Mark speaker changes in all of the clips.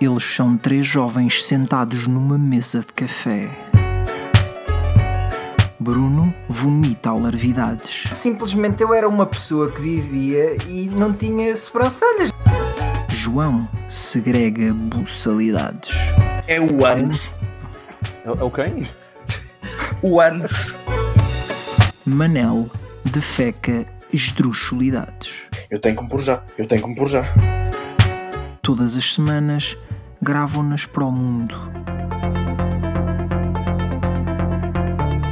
Speaker 1: Eles são três jovens sentados numa mesa de café. Bruno vomita alarvidades.
Speaker 2: Simplesmente eu era uma pessoa que vivia e não tinha sobrancelhas.
Speaker 1: João segrega buçalidades.
Speaker 3: É o anos.
Speaker 4: É, é o quem?
Speaker 3: O anos.
Speaker 1: Manel defeca esdrúxulidades.
Speaker 4: Eu tenho que me pôr já. Eu tenho que me pôr já.
Speaker 1: Todas as semanas gravam-nas para o mundo.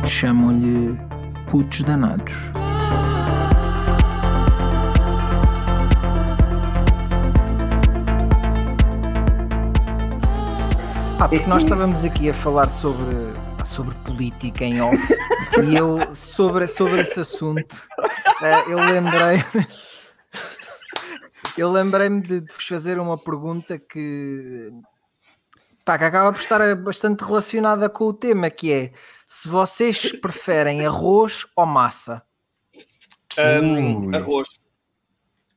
Speaker 1: Chamam-lhe putos danados.
Speaker 2: Ah, porque nós estávamos aqui a falar sobre, sobre política em off e eu, sobre, sobre esse assunto, eh, eu lembrei. Eu lembrei-me de, de vos fazer uma pergunta que, pá, que acaba por estar eh, bastante relacionada com o tema, que é se vocês preferem arroz ou massa?
Speaker 3: Ahm,
Speaker 4: Ui.
Speaker 3: arroz.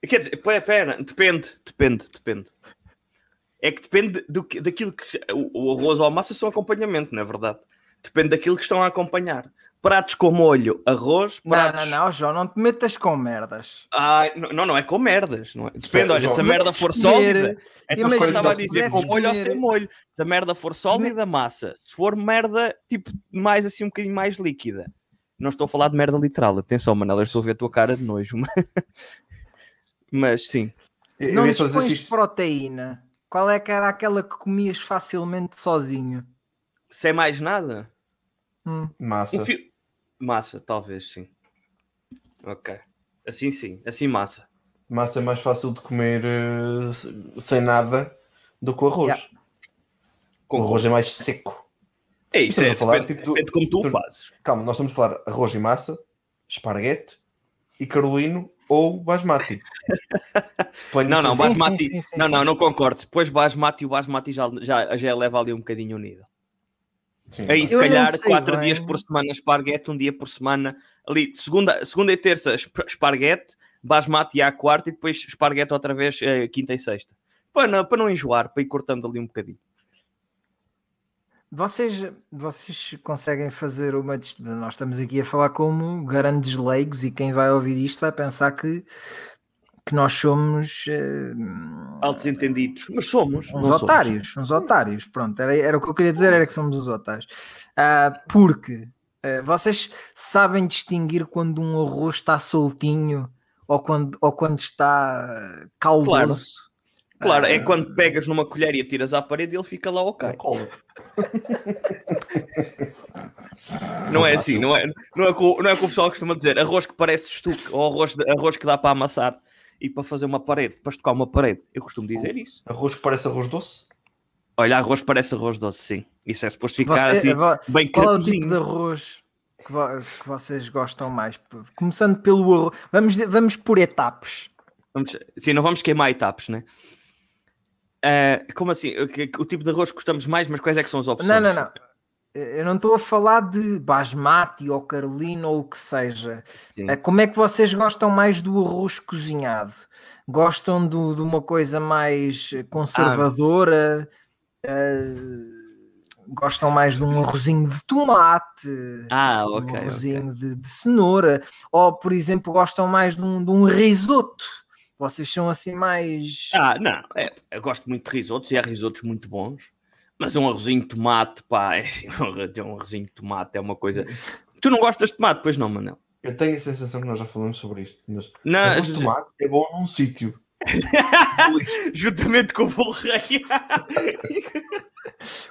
Speaker 3: Quer dizer, pe- pera, depende, depende, depende. É que depende do, que- daquilo que. O, o arroz ou a massa são acompanhamento, não é verdade? Depende daquilo que estão a acompanhar. Pratos com molho, arroz,
Speaker 2: Não,
Speaker 3: pratos.
Speaker 2: não, não, João, não te metas com merdas.
Speaker 3: Ai, n- não, não, é com merdas. Não é? Depende, olha, se a
Speaker 4: Vamos
Speaker 3: merda for
Speaker 2: escolher.
Speaker 3: sólida. É
Speaker 2: Imagina,
Speaker 3: tudo que eu estava a
Speaker 2: se
Speaker 3: dizer, com
Speaker 2: pudesses
Speaker 3: molho ou
Speaker 2: comer-
Speaker 3: sem molho. Se a merda for sólida, massa. Se for merda, tipo, mais assim, um bocadinho mais líquida. Não estou a falar de merda literal. Atenção, Manela, eu estou a ver a tua cara de nojo. mas- Mas sim.
Speaker 4: Eu-
Speaker 2: Não
Speaker 4: eu ia só dizer
Speaker 2: dispões
Speaker 4: se
Speaker 2: de
Speaker 4: isto-
Speaker 2: proteína. Qual é que era aquela que comias facilmente sozinho?
Speaker 3: Sem é mais nada?
Speaker 2: Hum.
Speaker 3: Um
Speaker 4: Massa.
Speaker 3: fio- Massa, talvez, sim. Ok. Assim sim, assim massa.
Speaker 4: Massa é mais fácil de comer eh, se- sem nada do que o arroz.
Speaker 2: Yeah.
Speaker 4: O arroz é mais seco.
Speaker 3: É isso,
Speaker 4: Estamos
Speaker 3: é,
Speaker 4: a falar,
Speaker 3: depende,
Speaker 4: tipo, do-
Speaker 3: depende de como tu o
Speaker 4: do-
Speaker 3: fazes.
Speaker 4: Calma, nós estamos a falar arroz e massa, esparguete e carolino ou basmati. assim. Põe
Speaker 3: Não, não,
Speaker 2: Sim,
Speaker 4: sentido.
Speaker 3: basmati.
Speaker 2: sim, sim,
Speaker 3: não,
Speaker 2: sim,
Speaker 3: não,
Speaker 2: sim.
Speaker 3: não concordo. Depois basmati, o basmati já, já, já leva ali um bocadinho unido.
Speaker 4: Sim,
Speaker 3: Aí, se
Speaker 2: Eu não
Speaker 3: calhar,
Speaker 2: sei
Speaker 3: quatro
Speaker 2: bem.
Speaker 3: dias por semana esparguete, um dia por semana. Ali, de segunda, segunda e terça esp- esparguete, basmati à quarta e depois esparguete outra vez eh, quinta e sexta. Para não, para não enjoar, para ir cortando ali um bocadinho.
Speaker 2: Vocês, vocês conseguem fazer uma. dis- Nós estamos aqui a falar como grandes leigos e quem vai ouvir isto vai pensar que, que nós somos eh,
Speaker 3: Altos entendidos. Mas somos.
Speaker 2: uns otários. Uns otários. Pronto, era, era o que eu queria dizer, era que somos os otários. Ah, porque eh, vocês sabem distinguir quando um arroz está soltinho ou quando, ou quando está eh,
Speaker 3: Claro.
Speaker 2: caldoso. Ah.
Speaker 3: Claro, é quando pegas numa colher e atiras à parede ele fica lá ok.
Speaker 4: é cola.
Speaker 3: Não é assim, não é, não, é que o, não é que o pessoal costuma dizer arroz que parece estuque ou arroz, de- arroz que dá para amassar e para fazer uma parede, para estocar uma parede. Eu costumo dizer isso.
Speaker 4: Arroz que parece arroz doce?
Speaker 3: Olha, arroz parece arroz doce, sim. Isso é suposto ficar
Speaker 2: Você-
Speaker 3: assim,
Speaker 2: vo-
Speaker 3: bem
Speaker 2: Qual é o tipo
Speaker 3: cremosinho.
Speaker 2: de arroz que, vo- que vocês gostam mais? P- Começando pelo arroz. Vamos, de- vamos por etapas.
Speaker 3: Vamos- sim, não vamos queimar etapas, né? Ah, como assim? O, que- o tipo de arroz que gostamos mais, mas quais é que são as opções?
Speaker 2: Não, não, não. Eh, Eu não estou a falar de basmati ou carolina ou o que seja.
Speaker 3: Sim.
Speaker 2: Eh, Como é que vocês gostam mais do arroz cozinhado? Gostam do- de uma coisa mais conservadora? Eh, gostam mais de um arrozinho de tomate?
Speaker 3: Ah,
Speaker 2: um
Speaker 3: ok. ok.
Speaker 2: arrozinho de, de cenoura, ou por exemplo, gostam mais de um, de um risoto. Vocês são assim mais.
Speaker 3: Ah, não, é, eu gosto muito de risotos e há risotos muito bons, mas um arrozinho de tomate, pá, é assim, um arro- um arrozinho de tomate é uma coisa. Tu não gostas de tomate, pois não, Manel?
Speaker 4: Eu tenho a sensação que nós já falamos sobre isto. Mas
Speaker 3: Não,
Speaker 4: arroz de tomate é bom num sítio.
Speaker 3: juntamente com o bolo rei.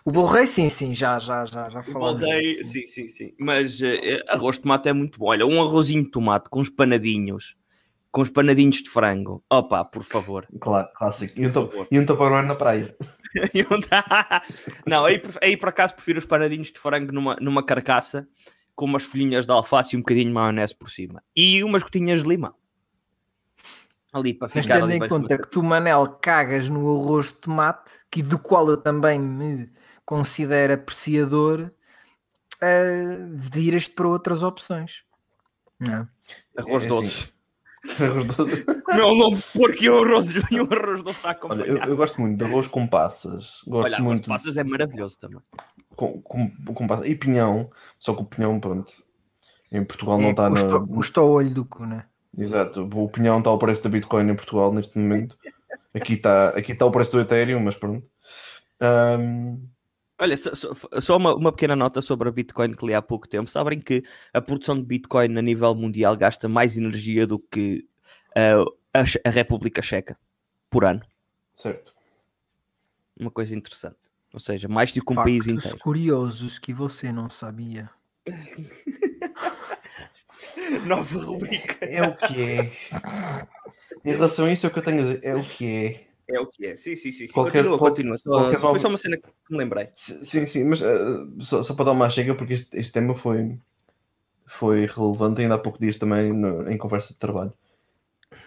Speaker 2: O bolo rei, sim, sim, já, já, já, já
Speaker 3: O bolo
Speaker 2: falamos.
Speaker 3: rei,
Speaker 2: disso.
Speaker 3: sim, sim, sim. Mas eh, arroz de tomate é muito bom. Olha, um arrozinho de tomate com uns panadinhos, com uns panadinhos de frango. Opa, por favor.
Speaker 4: Claro, clássico. E um
Speaker 3: Por
Speaker 4: tap-
Speaker 3: favor.
Speaker 4: e um taparoeiro na praia.
Speaker 3: E um da- não, aí, por- aí por acaso prefiro os paradinhos de frango numa, numa carcaça com umas folhinhas de alface e um bocadinho de maionese por cima. E umas gotinhas de limão. Ali para
Speaker 2: Mas
Speaker 3: ficar
Speaker 2: tendo
Speaker 3: ali
Speaker 2: em
Speaker 3: bem
Speaker 2: conta que tu, Manel, cagas no arroz de tomate, que do qual eu também me considero apreciador, ah, eh, viras-te para outras opções. Não. é?
Speaker 3: arroz
Speaker 4: É assim.
Speaker 3: doce.
Speaker 4: Arroz doce.
Speaker 3: Comer um lombo de porco e um arroz, e um arroz doce a
Speaker 4: Olha,
Speaker 3: acompanhar.
Speaker 4: eu, eu gosto muito de arroz com passas. Gosto
Speaker 3: Olha, arroz
Speaker 4: muito
Speaker 3: de passas é maravilhoso também.
Speaker 4: com, com, com passas. E pinhão, só que o pinhão, pronto. Em Portugal não
Speaker 2: É,
Speaker 3: tá
Speaker 4: está na.
Speaker 2: custa, custa o olho do cu, né?
Speaker 4: Exato, o pinhão está ao preço da Bitcoin em Portugal neste momento. Aqui está aqui está o preço do Ethereum, mas pronto. Ahm,
Speaker 3: Olha, só, só- só uma, uma pequena nota sobre a Bitcoin que li há pouco tempo. Sabem que a produção de Bitcoin a nível mundial gasta mais energia do que ah, a, Che- a República Checa por ano.
Speaker 4: certo.
Speaker 3: Uma coisa interessante. Ou seja, mais do que um país
Speaker 2: Factos
Speaker 3: inteiro.
Speaker 2: curiosos que você não sabia.
Speaker 3: Nova rubrica.
Speaker 4: É o que é. Em relação a isso, é o que eu tenho a dizer. É o que é.
Speaker 3: É o que é. Sim, sim, sim. sim.
Speaker 4: Qualquer-
Speaker 3: continua,
Speaker 4: qual-
Speaker 3: continua. Só-
Speaker 4: qualquer
Speaker 3: só foi
Speaker 4: nova-
Speaker 3: só uma cena que me lembrei.
Speaker 4: S- Sim, sim, mas ah, só, só para dar uma chega, porque este, este tema foi, foi relevante ainda há pouco dias também no- em conversa de trabalho.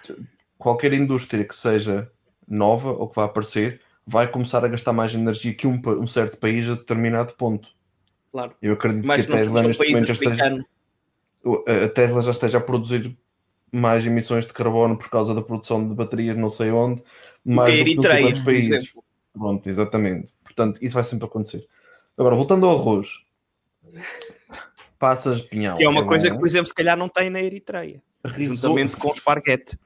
Speaker 4: Tu- Qualquer indústria que seja nova ou que vá aparecer vai começar a gastar mais energia que um, pa- um certo país a determinado ponto.
Speaker 3: Claro.
Speaker 4: Eu acredito
Speaker 3: Mas
Speaker 4: que
Speaker 3: não
Speaker 4: a Tesla
Speaker 3: somos um
Speaker 4: neste
Speaker 3: país
Speaker 4: momento já esteja,
Speaker 3: africano.
Speaker 4: o- a a Tesla já esteja a produzir mais emissões de carbono por causa da produção de baterias não sei onde, mais
Speaker 3: Que
Speaker 4: do
Speaker 3: é
Speaker 4: que não sei
Speaker 3: Eritreia,
Speaker 4: quantos
Speaker 3: por
Speaker 4: países.
Speaker 3: exemplo.
Speaker 4: Pronto, exatamente. Portanto, isso vai sempre acontecer. Agora, voltando ao arroz. Passas pinhão.
Speaker 3: Que é uma
Speaker 4: bom.
Speaker 3: coisa que, por exemplo, se calhar não tem na Eritreia.
Speaker 4: Riso-
Speaker 3: Juntamente com o esparguete.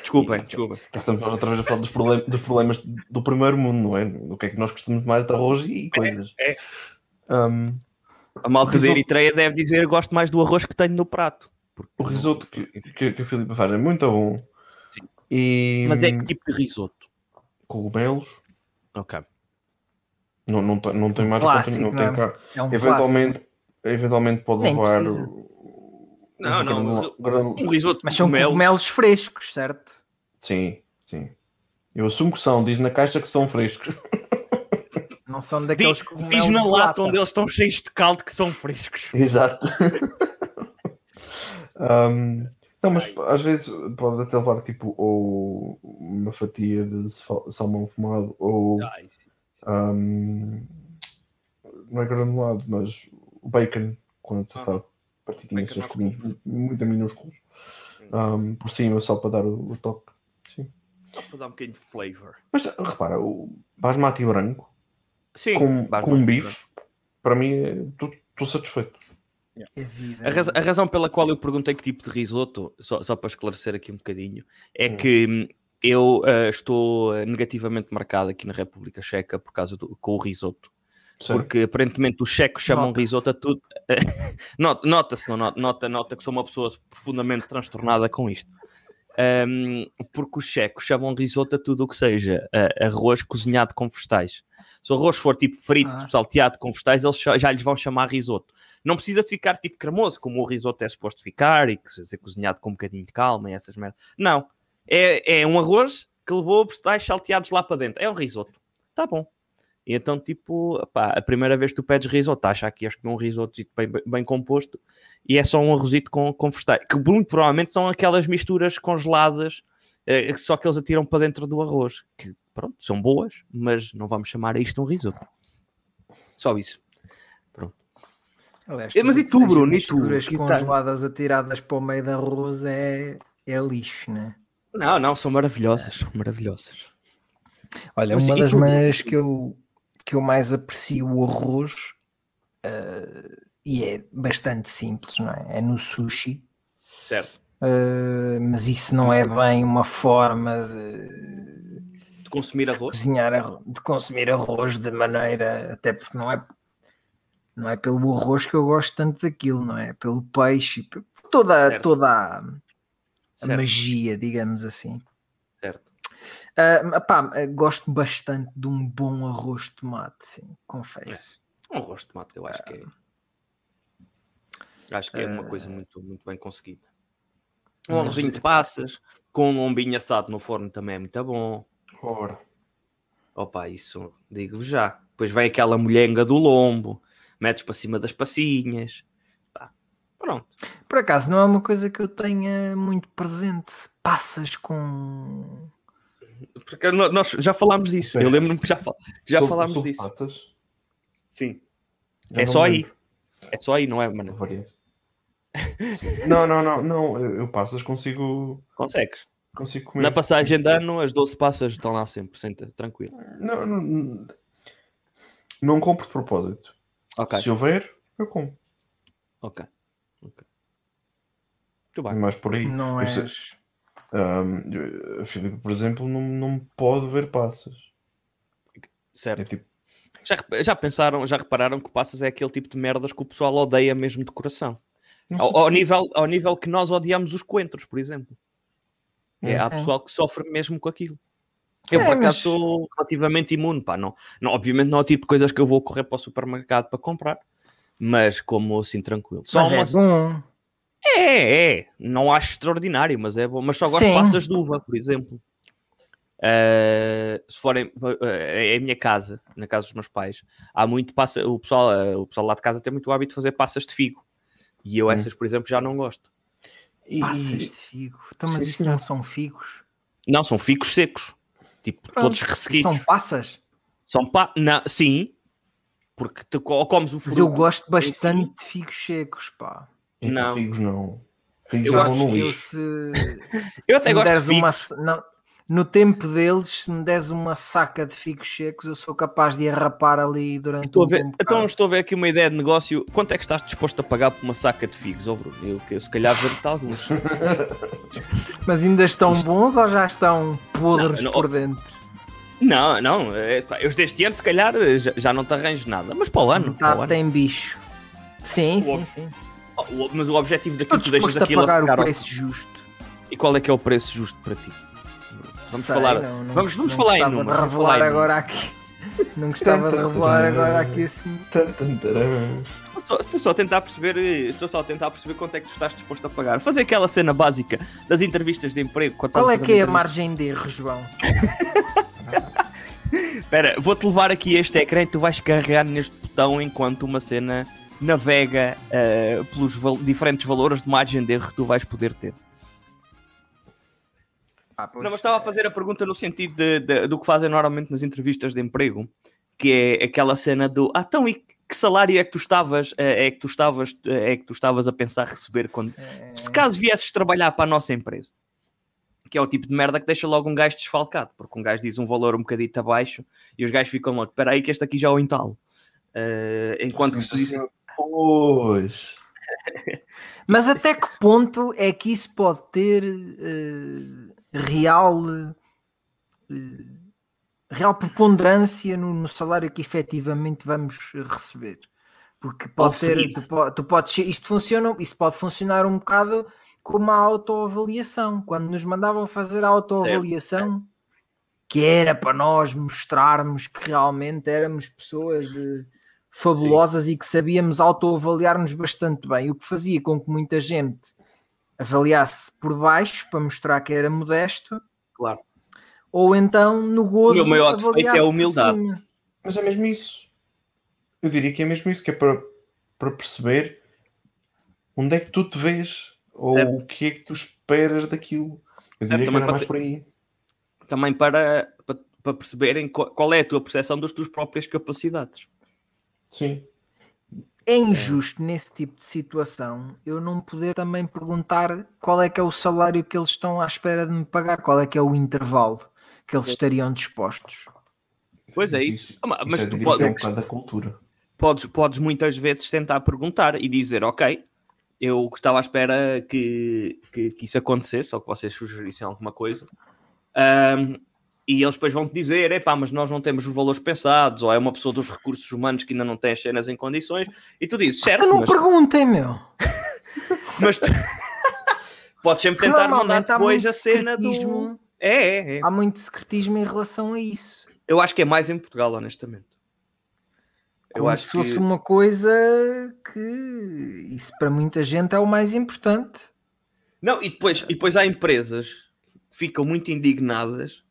Speaker 3: Desculpem, desculpem.
Speaker 4: Cá Estamos nós outra vez a falar dos, problem- dos problemas do primeiro mundo, não é? O que é que nós gostamos mais de arroz e coisas. Hum,
Speaker 3: é.
Speaker 4: Ahm,
Speaker 3: A malta da
Speaker 4: Risoto.
Speaker 3: Eritreia deve dizer gosto mais do arroz que tenho no prato. Porque
Speaker 4: o
Speaker 3: não-
Speaker 4: risoto que, que, que a Filipe faz é muito bom.
Speaker 3: Sim.
Speaker 4: E hum,
Speaker 3: Mas é que tipo de risoto?
Speaker 4: cogumelos.
Speaker 3: Ok.
Speaker 4: Não, não, tem- não tem mais
Speaker 2: Clássico,
Speaker 4: não
Speaker 2: não
Speaker 4: tem
Speaker 2: é?
Speaker 4: cá.
Speaker 2: É um clássico.
Speaker 4: Eventualmente, eventualmente pode
Speaker 2: Nem
Speaker 4: levar.
Speaker 2: precisa.
Speaker 4: o-
Speaker 3: Não, não, mas o-
Speaker 4: granu-
Speaker 3: Um risoto
Speaker 2: Mas são cogumelos frescos, certo?
Speaker 4: Sim, sim. Eu assumo que são, diz na caixa que são frescos.
Speaker 2: Não são
Speaker 3: Diz,
Speaker 2: daqueles
Speaker 3: diz
Speaker 2: cogumelos
Speaker 3: na
Speaker 2: de
Speaker 3: lata
Speaker 2: lata.
Speaker 3: onde eles estão cheios de caldo que são frescos.
Speaker 4: Exato. Um, não, mas às vezes pode até levar tipo ou uma fatia de sal- salmão fumado ou
Speaker 3: Ai, sim. Ah.
Speaker 4: hum, não é granulado, mas o bacon, quando se
Speaker 3: Ah.
Speaker 4: está partidinho,
Speaker 3: Bacon
Speaker 4: seus
Speaker 3: mais
Speaker 4: cubinhos muito minúsculos, hum, por cima só para dar o, o toque.
Speaker 3: Só para dar um bocadinho de flavor.
Speaker 4: Mas repara, o basmati branco
Speaker 3: Sim,
Speaker 4: com,
Speaker 3: basmati,
Speaker 4: com um
Speaker 3: claro.
Speaker 4: bife, para mim estou satisfeito.
Speaker 2: É vida.
Speaker 3: A, raz- a razão pela qual eu perguntei que tipo de risoto, só, só para esclarecer aqui um bocadinho, é
Speaker 4: Hum.
Speaker 3: que hum, eu ah, estou ah, negativamente marcado aqui na República Checa por causa do com o risoto. Porque aparentemente os checos chamam
Speaker 2: Nota-se.
Speaker 3: risoto a tudo. Not- Nota-se, não nota, nota, nota que sou uma pessoa profundamente transtornada com isto. Ahm, porque os checos chamam risoto a tudo o que seja a- arroz cozinhado com vegetais. Se o arroz for tipo frito,
Speaker 2: Ah.
Speaker 3: salteado com vegetais, eles cha- já lhes vão chamar risoto. Não precisa de ficar tipo cremoso, como o risoto é suposto ficar e que seja ser cozinhado com um bocadinho de calma e essas merdas. Não. É, é um arroz que levou vegetais salteados lá para dentro. É um risoto. Tá bom. E então, tipo, pá, a primeira vez que tu pedes risoto, acha aqui, acho que é um risoto bem, bem, bem composto e é só um arrozito com, com vegetais, que muito provavelmente são aquelas misturas congeladas, eh, só que eles atiram para dentro do arroz, que pronto, são boas, mas não vamos chamar a isto um risoto. Só isso.
Speaker 2: Aliás,
Speaker 3: É, mas
Speaker 2: tudo
Speaker 3: e
Speaker 2: que
Speaker 3: tu,
Speaker 2: seja
Speaker 3: Bruno, e tu?
Speaker 2: Misturas
Speaker 3: Que tá- tal?
Speaker 2: congeladas atiradas para o meio da arroz é, é lixo, né?
Speaker 3: Não, não, são maravilhosas, É, são maravilhosas.
Speaker 2: Olha,
Speaker 3: Mas
Speaker 2: uma
Speaker 3: e
Speaker 2: das
Speaker 3: tu, Bruno?
Speaker 2: maneiras que eu, que eu mais aprecio o arroz, eh, e é bastante simples, não é? É no sushi.
Speaker 3: Certo.
Speaker 2: eh, mas isso não é bem uma forma de
Speaker 3: De consumir arroz?
Speaker 2: cozinhar, arro- de consumir arroz de maneira, até porque não é, não é pelo arroz que eu gosto tanto daquilo, não é? É Pelo peixe, p- toda,
Speaker 3: Certo.
Speaker 2: toda a, a
Speaker 3: Certo,
Speaker 2: magia, digamos assim.
Speaker 3: certo.
Speaker 2: Ah, pá, ah, gosto bastante de um bom arroz de tomate, sim, confesso.
Speaker 3: Um arroz de tomate, eu acho que é. Acho que é uma coisa muito, muito bem conseguida. Um
Speaker 2: Mas-
Speaker 3: arrozinho de passas, com um lombinho assado no forno também é muito bom.
Speaker 4: Ora.
Speaker 3: Opa, isso digo-vos já. Depois vem aquela molhenga do lombo, metes para cima das passinhas. Pá, pronto.
Speaker 2: Por acaso, não é uma coisa que eu tenha muito presente. Passas com.
Speaker 3: Porque no- nós já falámos disso. Eu
Speaker 4: Certo.
Speaker 3: lembro-me que já, fal- que já
Speaker 4: Sobre-
Speaker 3: falámos
Speaker 4: sobre
Speaker 3: disso.
Speaker 4: passas,
Speaker 3: Sim.
Speaker 4: eu
Speaker 3: É
Speaker 4: não
Speaker 3: só
Speaker 4: me
Speaker 3: aí.
Speaker 4: lembro,
Speaker 3: É só aí, não é,
Speaker 4: para
Speaker 3: mano?
Speaker 4: variar. Não, não, não, não. Eu, eu passas consigo,
Speaker 3: Consegues.
Speaker 4: consigo comer.
Speaker 3: Na passagem de ano, as 12 passas estão lá sempre, sem- tranquilo.
Speaker 4: Não, não, não compro de propósito.
Speaker 3: Ok,
Speaker 4: Se houver, eu como.
Speaker 3: ok. ok. Muito
Speaker 4: É
Speaker 3: bem.
Speaker 4: mais por aí.
Speaker 2: Não
Speaker 4: Eu sei-
Speaker 2: és.
Speaker 4: Ahm, eu- a Filipe, por exemplo, não, não pode ver passas. É
Speaker 3: Certo.
Speaker 4: tipo,
Speaker 3: Já, rep- já pensaram, já repararam que passas é aquele tipo de merdas que o pessoal odeia mesmo de coração.
Speaker 4: não
Speaker 3: Ao,
Speaker 4: sei.
Speaker 3: ao nível, ao nível que nós odiamos os coentros, por exemplo. É, há
Speaker 2: Sim.
Speaker 3: pessoal que sofre mesmo com aquilo. Eu,
Speaker 2: Sim,
Speaker 3: por acaso,
Speaker 2: mas-
Speaker 3: sou relativamente imune, pá. Não, não, obviamente não é o tipo de coisas que eu vou correr para o supermercado para comprar, mas como assim tranquilo. Só
Speaker 2: Mas
Speaker 3: uma...
Speaker 2: é bom.
Speaker 3: É, é. Não acho extraordinário, mas é bom. Mas só gosto
Speaker 2: Sim.
Speaker 3: de passas de uva, por exemplo. Ah, se forem ah, é a minha casa, na casa dos meus pais, há muito passa. O pessoal, ah, o pessoal lá de casa tem muito hábito de fazer passas de figo. E
Speaker 2: Hum.
Speaker 3: eu essas, por exemplo, já não gosto.
Speaker 4: E-
Speaker 2: Passas de figo. Então, mas
Speaker 4: Sim,
Speaker 2: isso não são figos.
Speaker 3: Não, são figos secos. Tipo,
Speaker 2: Pronto,
Speaker 3: todos ressequidos.
Speaker 2: São passas.
Speaker 3: São pá, na, sim, porque tu co- ou comes o
Speaker 2: Mas
Speaker 3: fruto.
Speaker 2: eu gosto bastante de figos secos, pá.
Speaker 4: e- e
Speaker 3: não.
Speaker 4: Figos não. Figos
Speaker 3: Eu
Speaker 4: eu
Speaker 3: gosto
Speaker 4: vão no
Speaker 2: que eu
Speaker 4: lixo.
Speaker 2: se,
Speaker 3: Eu
Speaker 2: se
Speaker 3: até
Speaker 2: me
Speaker 3: gosto de
Speaker 2: deres uma
Speaker 3: figos.
Speaker 2: sa- não, no tempo deles, se me deres uma saca de figos secos, eu sou capaz de arrapar ali durante
Speaker 3: Estou a
Speaker 2: um
Speaker 3: ver,
Speaker 2: bom bocado.
Speaker 3: então estou a ver aqui uma ideia de negócio. Quanto é que estás disposto a pagar por uma saca de figos, ó Bruno? Eu, que- eu se calhar vendo-te alguns.
Speaker 2: Mas ainda estão bons ou já estão podres
Speaker 3: Não, não-
Speaker 2: por dentro?
Speaker 3: não, não. é, pá, eu deste ano, se calhar, eh, já, já não te arranjo nada. Mas para o ano. para o
Speaker 2: Tá,
Speaker 3: ano.
Speaker 2: tem bicho. Sim, sim,
Speaker 3: Logo.
Speaker 2: sim.
Speaker 3: Oh, o- mas o objetivo
Speaker 2: Estou
Speaker 3: daquilo, tu deixas
Speaker 2: disposto a
Speaker 3: aquilo a
Speaker 2: pagar
Speaker 3: secar.
Speaker 2: o
Speaker 3: ao-
Speaker 2: preço justo.
Speaker 3: E qual é que é o preço justo para ti? Vamos
Speaker 2: Sei,
Speaker 3: falar.
Speaker 2: não- não-
Speaker 3: vamos vamos
Speaker 2: não
Speaker 3: falar em
Speaker 2: gostava
Speaker 3: números.
Speaker 2: de
Speaker 3: vamos falar
Speaker 2: revelar
Speaker 3: em números.
Speaker 2: agora aqui. Não gostava de revelar agora aqui assim.
Speaker 4: Tan, tan, taran.
Speaker 3: Estou só- Estou só a tentar perceber, eh, estou só a tentar perceber quanto é que tu estás disposto a pagar. Fazer aquela cena básica das entrevistas de emprego. quando
Speaker 2: Qual é
Speaker 3: estás
Speaker 2: que é a
Speaker 3: fazer uma
Speaker 2: margem de erro, João?
Speaker 3: entrevista- Espera, vou-te levar aqui este ecrã e tu vais carregar neste botão enquanto uma cena navega eh, pelos val- diferentes valores de margem de erro que tu vais poder ter.
Speaker 2: Ah, pois.
Speaker 3: Não, mas tá- estava a fazer a pergunta no sentido de- de- do que fazem normalmente nas entrevistas de emprego, que é aquela cena do ah, então e que salário é que tu estavas, eh, é que tu estavas, eh, é que tu estavas a pensar receber quando
Speaker 2: É,
Speaker 3: se caso viesses trabalhar para a nossa empresa, que é o tipo de merda que deixa logo um gajo desfalcado, porque um gajo diz um valor um bocadito abaixo e os gajos ficam logo, espera aí que este aqui já é o entalo. Eh, enquanto que se tu disse,
Speaker 4: Então, assim, Pois.
Speaker 2: Mas até que ponto é que isso pode ter eh, real, eh, real preponderância no, no salário que efetivamente vamos receber? Porque pode ter,
Speaker 3: Oferir.
Speaker 2: tu, po- tu podes, ser- isto funciona, isso pode funcionar um bocado como a autoavaliação. Quando nos mandavam fazer a autoavaliação, que era para nós mostrarmos que realmente éramos pessoas eh, fabulosas e que sabíamos autoavaliar-nos bastante bem, o que fazia com que muita gente avaliasse por baixo para mostrar que era modesto,
Speaker 3: claro,
Speaker 2: ou então no gozo
Speaker 3: O meu maior defeito é a
Speaker 2: avaliasse por
Speaker 3: humildade.
Speaker 2: cima.
Speaker 4: Mas é mesmo isso. Eu diria que é mesmo isso, que é para, para perceber onde é que tu te vês ou
Speaker 3: Certo.
Speaker 4: o que é que tu esperas daquilo. Eu
Speaker 3: Certo,
Speaker 4: diria que
Speaker 3: também
Speaker 4: era
Speaker 3: pode
Speaker 4: mais
Speaker 3: ter-
Speaker 4: por aí.
Speaker 3: também para, para, para perceberem qual, qual é a tua percepção das tuas próprias capacidades.
Speaker 4: Sim.
Speaker 2: É injusto nesse tipo de situação eu não poder também perguntar qual é que é o salário que eles estão à espera de me pagar, qual é que é o intervalo que eles estariam dispostos.
Speaker 3: Pois é, isso. Ah, ma- mas tu podes,
Speaker 4: É um bocado da cultura.
Speaker 3: podes, podes muitas vezes tentar perguntar e dizer, ok, eu estava à espera que, que, que isso acontecesse ou que vocês sugerissem alguma coisa. Ahm, e eles depois vão te dizer, epá, mas nós não temos os valores pensados, ou é uma pessoa dos recursos humanos que ainda não tem as cenas em condições, e tu dizes, certo,
Speaker 2: Eu não
Speaker 3: mas,
Speaker 2: perguntem, meu.
Speaker 3: mas tu... podes sempre tentar mandar
Speaker 2: Normalmente há
Speaker 3: depois
Speaker 2: muito
Speaker 3: a cena do...
Speaker 2: secretismo-
Speaker 3: É, é, é.
Speaker 2: Há muito secretismo em relação a isso.
Speaker 3: Eu acho que é mais em Portugal, honestamente. Eu
Speaker 2: Como
Speaker 3: acho
Speaker 2: se
Speaker 3: que...
Speaker 2: fosse uma coisa que isso para muita gente é o mais importante.
Speaker 3: Não, e depois, e depois há empresas que ficam muito indignadas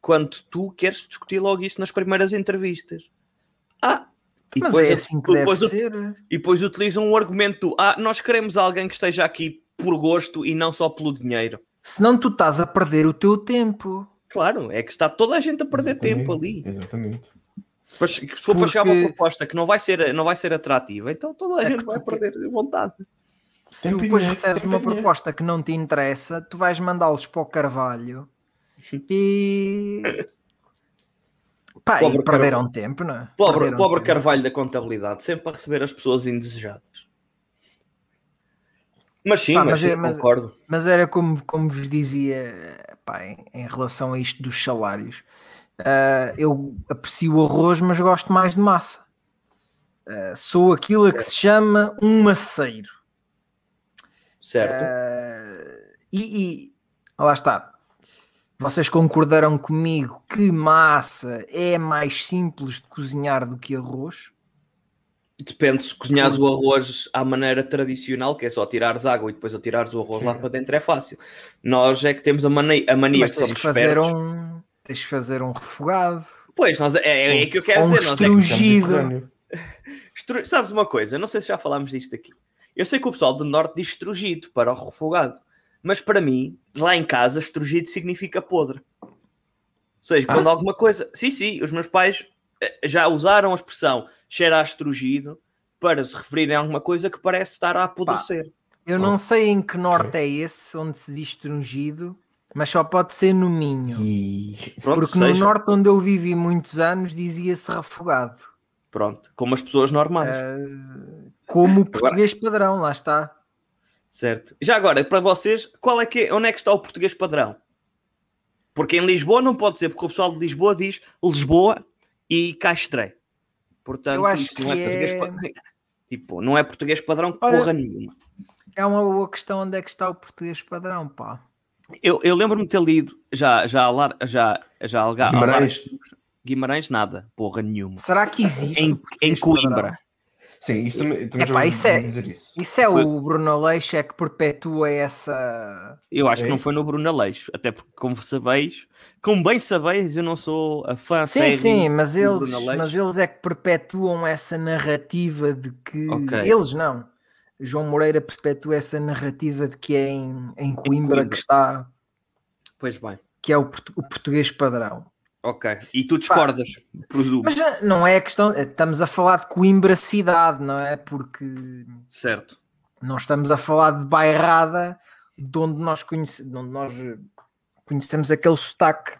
Speaker 3: quando tu queres discutir logo isso nas primeiras entrevistas. Ah! E
Speaker 2: Mas
Speaker 3: depois,
Speaker 2: é assim que deve
Speaker 3: depois,
Speaker 2: ser.
Speaker 3: E depois utilizam o argumento do, ah, nós queremos alguém que esteja aqui por gosto e não só pelo dinheiro.
Speaker 2: Senão tu estás a perder o teu tempo.
Speaker 3: Claro, é que está toda a gente a perder
Speaker 4: Exatamente,
Speaker 3: tempo ali.
Speaker 4: Exatamente.
Speaker 3: Mas se for para chegar a uma
Speaker 2: Porque-
Speaker 3: proposta que não vai ser, não vai ser atrativa, então toda a
Speaker 2: É
Speaker 3: gente
Speaker 2: que
Speaker 3: vai
Speaker 2: tu-
Speaker 3: perder vontade.
Speaker 2: Se tu depois recebes uma proposta que não te interessa, tu vais mandá-los para o Carvalho e. Pá,
Speaker 3: Pobre
Speaker 2: e perderam tempo, não é?
Speaker 3: Pobre,
Speaker 2: Perderam
Speaker 3: pobre
Speaker 2: tempo.
Speaker 3: Carvalho da contabilidade, sempre a receber as pessoas indesejadas. Mas sim,
Speaker 2: Pá,
Speaker 3: mas,
Speaker 2: mas é-
Speaker 3: sim,
Speaker 2: mas-
Speaker 3: concordo.
Speaker 2: Mas era como, como vos dizia pá, em, em relação a isto dos salários. Ah, eu aprecio arroz, mas gosto mais de massa. Ah, sou aquilo a que se chama um maceiro.
Speaker 3: Certo?
Speaker 2: Ah, e, e lá está. Vocês concordaram comigo que massa é mais simples de cozinhar do que arroz?
Speaker 3: Depende se cozinhares o arroz à maneira tradicional, que é só tirares água e depois atirares o arroz lá para dentro, é fácil. Nós é que temos a, mani a mania
Speaker 2: Mas
Speaker 3: que
Speaker 2: tens que
Speaker 3: somos
Speaker 2: fazer
Speaker 3: espertos.
Speaker 2: um, tens que fazer um refogado.
Speaker 3: Pois, nós, é, é, é que eu quero
Speaker 2: Ou um
Speaker 3: dizer, nós é que
Speaker 2: estrugido.
Speaker 3: Estru- Sabes uma coisa? Não sei se já falámos disto aqui. Eu sei que o pessoal do Norte diz estrugido para o refogado, mas para mim, lá em casa, estrugido significa podre. Ou seja,
Speaker 2: Ah?
Speaker 3: quando alguma coisa. Sim, sim, os meus pais eh, já usaram a expressão cheira a estrugido para se referirem a alguma coisa que parece estar a apodrecer.
Speaker 2: Eu não sei em que norte é esse onde se diz estrungido, mas só pode ser no Minho.
Speaker 3: Pronto,
Speaker 2: porque
Speaker 3: seja.
Speaker 2: no norte onde eu vivi muitos anos dizia-se refogado. Ah,
Speaker 3: Pronto, como as pessoas normais.
Speaker 2: Eh, Como o português padrão, lá está.
Speaker 3: Certo. Já agora, para vocês, qual é que é- onde é que está o português padrão? Porque em Lisboa não pode ser, porque o pessoal de Lisboa diz Lisboa e Castré. Portanto,
Speaker 2: Eu acho
Speaker 3: isso não
Speaker 2: que
Speaker 3: é português
Speaker 2: é-
Speaker 3: padrão. Tipo, não é português padrão
Speaker 2: Olha-
Speaker 3: porra nenhuma.
Speaker 2: É uma boa questão onde é que está o português padrão, pá.
Speaker 3: Eu, eu lembro-me de ter lido já já alar, já já alga,
Speaker 4: Guimarães.
Speaker 3: alar- Guimarães nada, porra nenhuma.
Speaker 2: Será que existe? o
Speaker 3: Em, em
Speaker 2: é português padrão?
Speaker 3: Coimbra.
Speaker 4: Sim, isso também, também
Speaker 2: Epá,
Speaker 4: já ouvi
Speaker 2: isso é-
Speaker 4: dizer isso.
Speaker 2: Isso é o Bruno Leixo é que perpetua essa.
Speaker 3: Eu acho que
Speaker 4: Ok.
Speaker 3: não foi no Bruno Aleixo, até porque como sabeis, como bem sabeis, eu não sou a fã
Speaker 2: Sim,
Speaker 3: série
Speaker 2: sim, mas
Speaker 3: do
Speaker 2: eles,
Speaker 3: Bruno Leixo.
Speaker 2: mas eles é que perpetuam essa narrativa de que.
Speaker 3: Ok.
Speaker 2: Eles não. João Moreira perpetua essa narrativa de que é em, em Coimbra
Speaker 3: Coimbra.
Speaker 2: que está.
Speaker 3: Pois bem.
Speaker 2: Que é o, portu- o português padrão.
Speaker 3: Ok. E tu discordas, presumo.
Speaker 2: Mas já não é a questão. Estamos a falar de Coimbra cidade, não é? Porque
Speaker 3: Certo.
Speaker 2: não estamos a falar de bairrada de onde nós, conhece, de onde nós eh, conhecemos aquele sotaque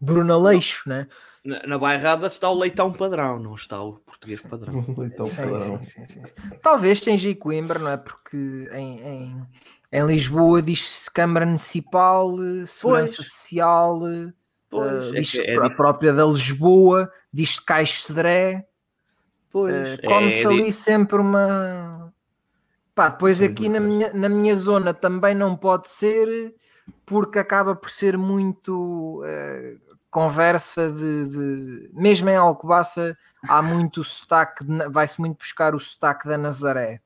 Speaker 2: Bruno Leixo, né?
Speaker 3: Na, na bairrada está o leitão padrão, não está o português
Speaker 2: Sim. Hum.
Speaker 3: padrão.
Speaker 4: Então,
Speaker 2: Sim,
Speaker 4: perdão.
Speaker 2: sim, sim, sim, sim. Talvez seja em Coimbra, não é? Porque em, em, em Lisboa diz-se Câmara Municipal, eh, Segurança Social, eh,
Speaker 3: Pois, é,
Speaker 2: diz-se
Speaker 3: que é,
Speaker 2: a
Speaker 3: di-
Speaker 2: própria da Lisboa, diz-se Caixodré,
Speaker 3: pois,
Speaker 2: eh,
Speaker 3: é-
Speaker 2: come-se
Speaker 3: é di-
Speaker 2: ali sempre uma. Pá, depois
Speaker 4: Sem
Speaker 2: aqui na
Speaker 4: dúvidas.
Speaker 2: minha, na minha zona também não pode ser, porque acaba por ser muito eh, conversa de, de- Mesmo em Alcobaça há muito sotaque, de na- vai-se muito buscar o sotaque da Nazaré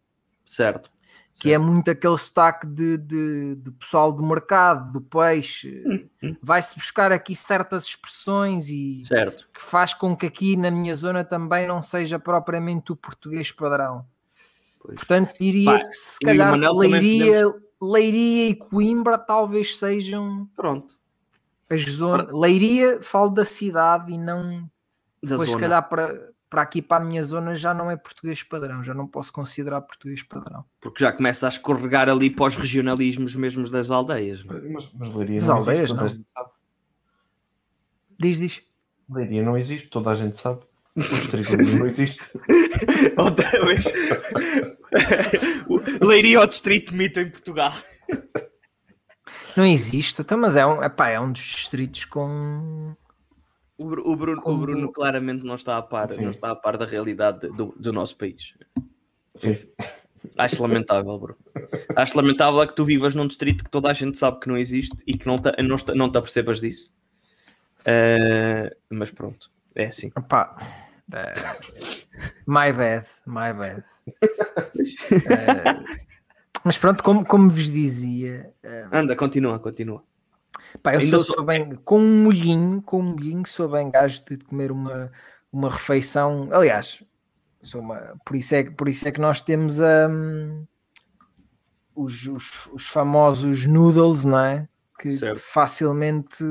Speaker 3: certo.
Speaker 2: que é muito aquele sotaque de, de, de pessoal do mercado, do
Speaker 3: Hum,
Speaker 2: peixe. Vai-se buscar aqui certas expressões e
Speaker 3: Certo.
Speaker 2: que faz com que aqui na minha zona também não seja propriamente o português padrão.
Speaker 3: Pois.
Speaker 2: Portanto, diria
Speaker 3: Pá,
Speaker 2: que se
Speaker 3: e o
Speaker 2: calhar
Speaker 3: Manel também
Speaker 2: Leiria, Leiria e Coimbra talvez sejam
Speaker 3: Pronto.
Speaker 2: as zonas. Leiria, falo da cidade e não.
Speaker 3: Da
Speaker 2: Depois, se
Speaker 3: zona.
Speaker 2: calhar, para, para aqui, para a minha zona, já não é português padrão, já não posso considerar português padrão.
Speaker 3: Porque já começa a escorregar ali para os regionalismos mesmos das aldeias. não é?
Speaker 4: Mas, mas Leiria
Speaker 2: Das
Speaker 4: não
Speaker 2: aldeias,
Speaker 4: existe, toda a
Speaker 2: não.
Speaker 4: gente sabe.
Speaker 2: Diz, diz.
Speaker 4: Leiria não existe, toda a gente sabe. Os trigos não existe.
Speaker 3: Outra vez. é? O- Leiria ao distrito mito em Portugal.
Speaker 2: Não existe, então, mas é um, epá, é um dos distritos com.
Speaker 3: O, Bru- o Bruno, o
Speaker 2: Como-
Speaker 3: Bruno claramente não está a par,
Speaker 4: Sim.
Speaker 3: não está a par da realidade do, do nosso país.
Speaker 4: Sim.
Speaker 3: Acho lamentável, bro. Acho lamentável é que tu vivas num distrito que toda a gente sabe que não existe e que não te, não te, não te apercebas disso. Eh, mas pronto, é assim.
Speaker 2: Epá, eh, my bad, my bad. Eh, mas pronto, como, como vos dizia,
Speaker 3: Anda, continua, continua.
Speaker 2: pá, eu
Speaker 3: Ainda
Speaker 2: sou,
Speaker 3: sou-
Speaker 2: sou bem, com um molhinho, com um molhinho, sou bem gajo de comer uma, uma refeição. Aliás, sou uma, por, isso é, que- por isso é que nós temos hum, os, os, os famosos noodles, não é? que
Speaker 3: Certo.
Speaker 2: facilmente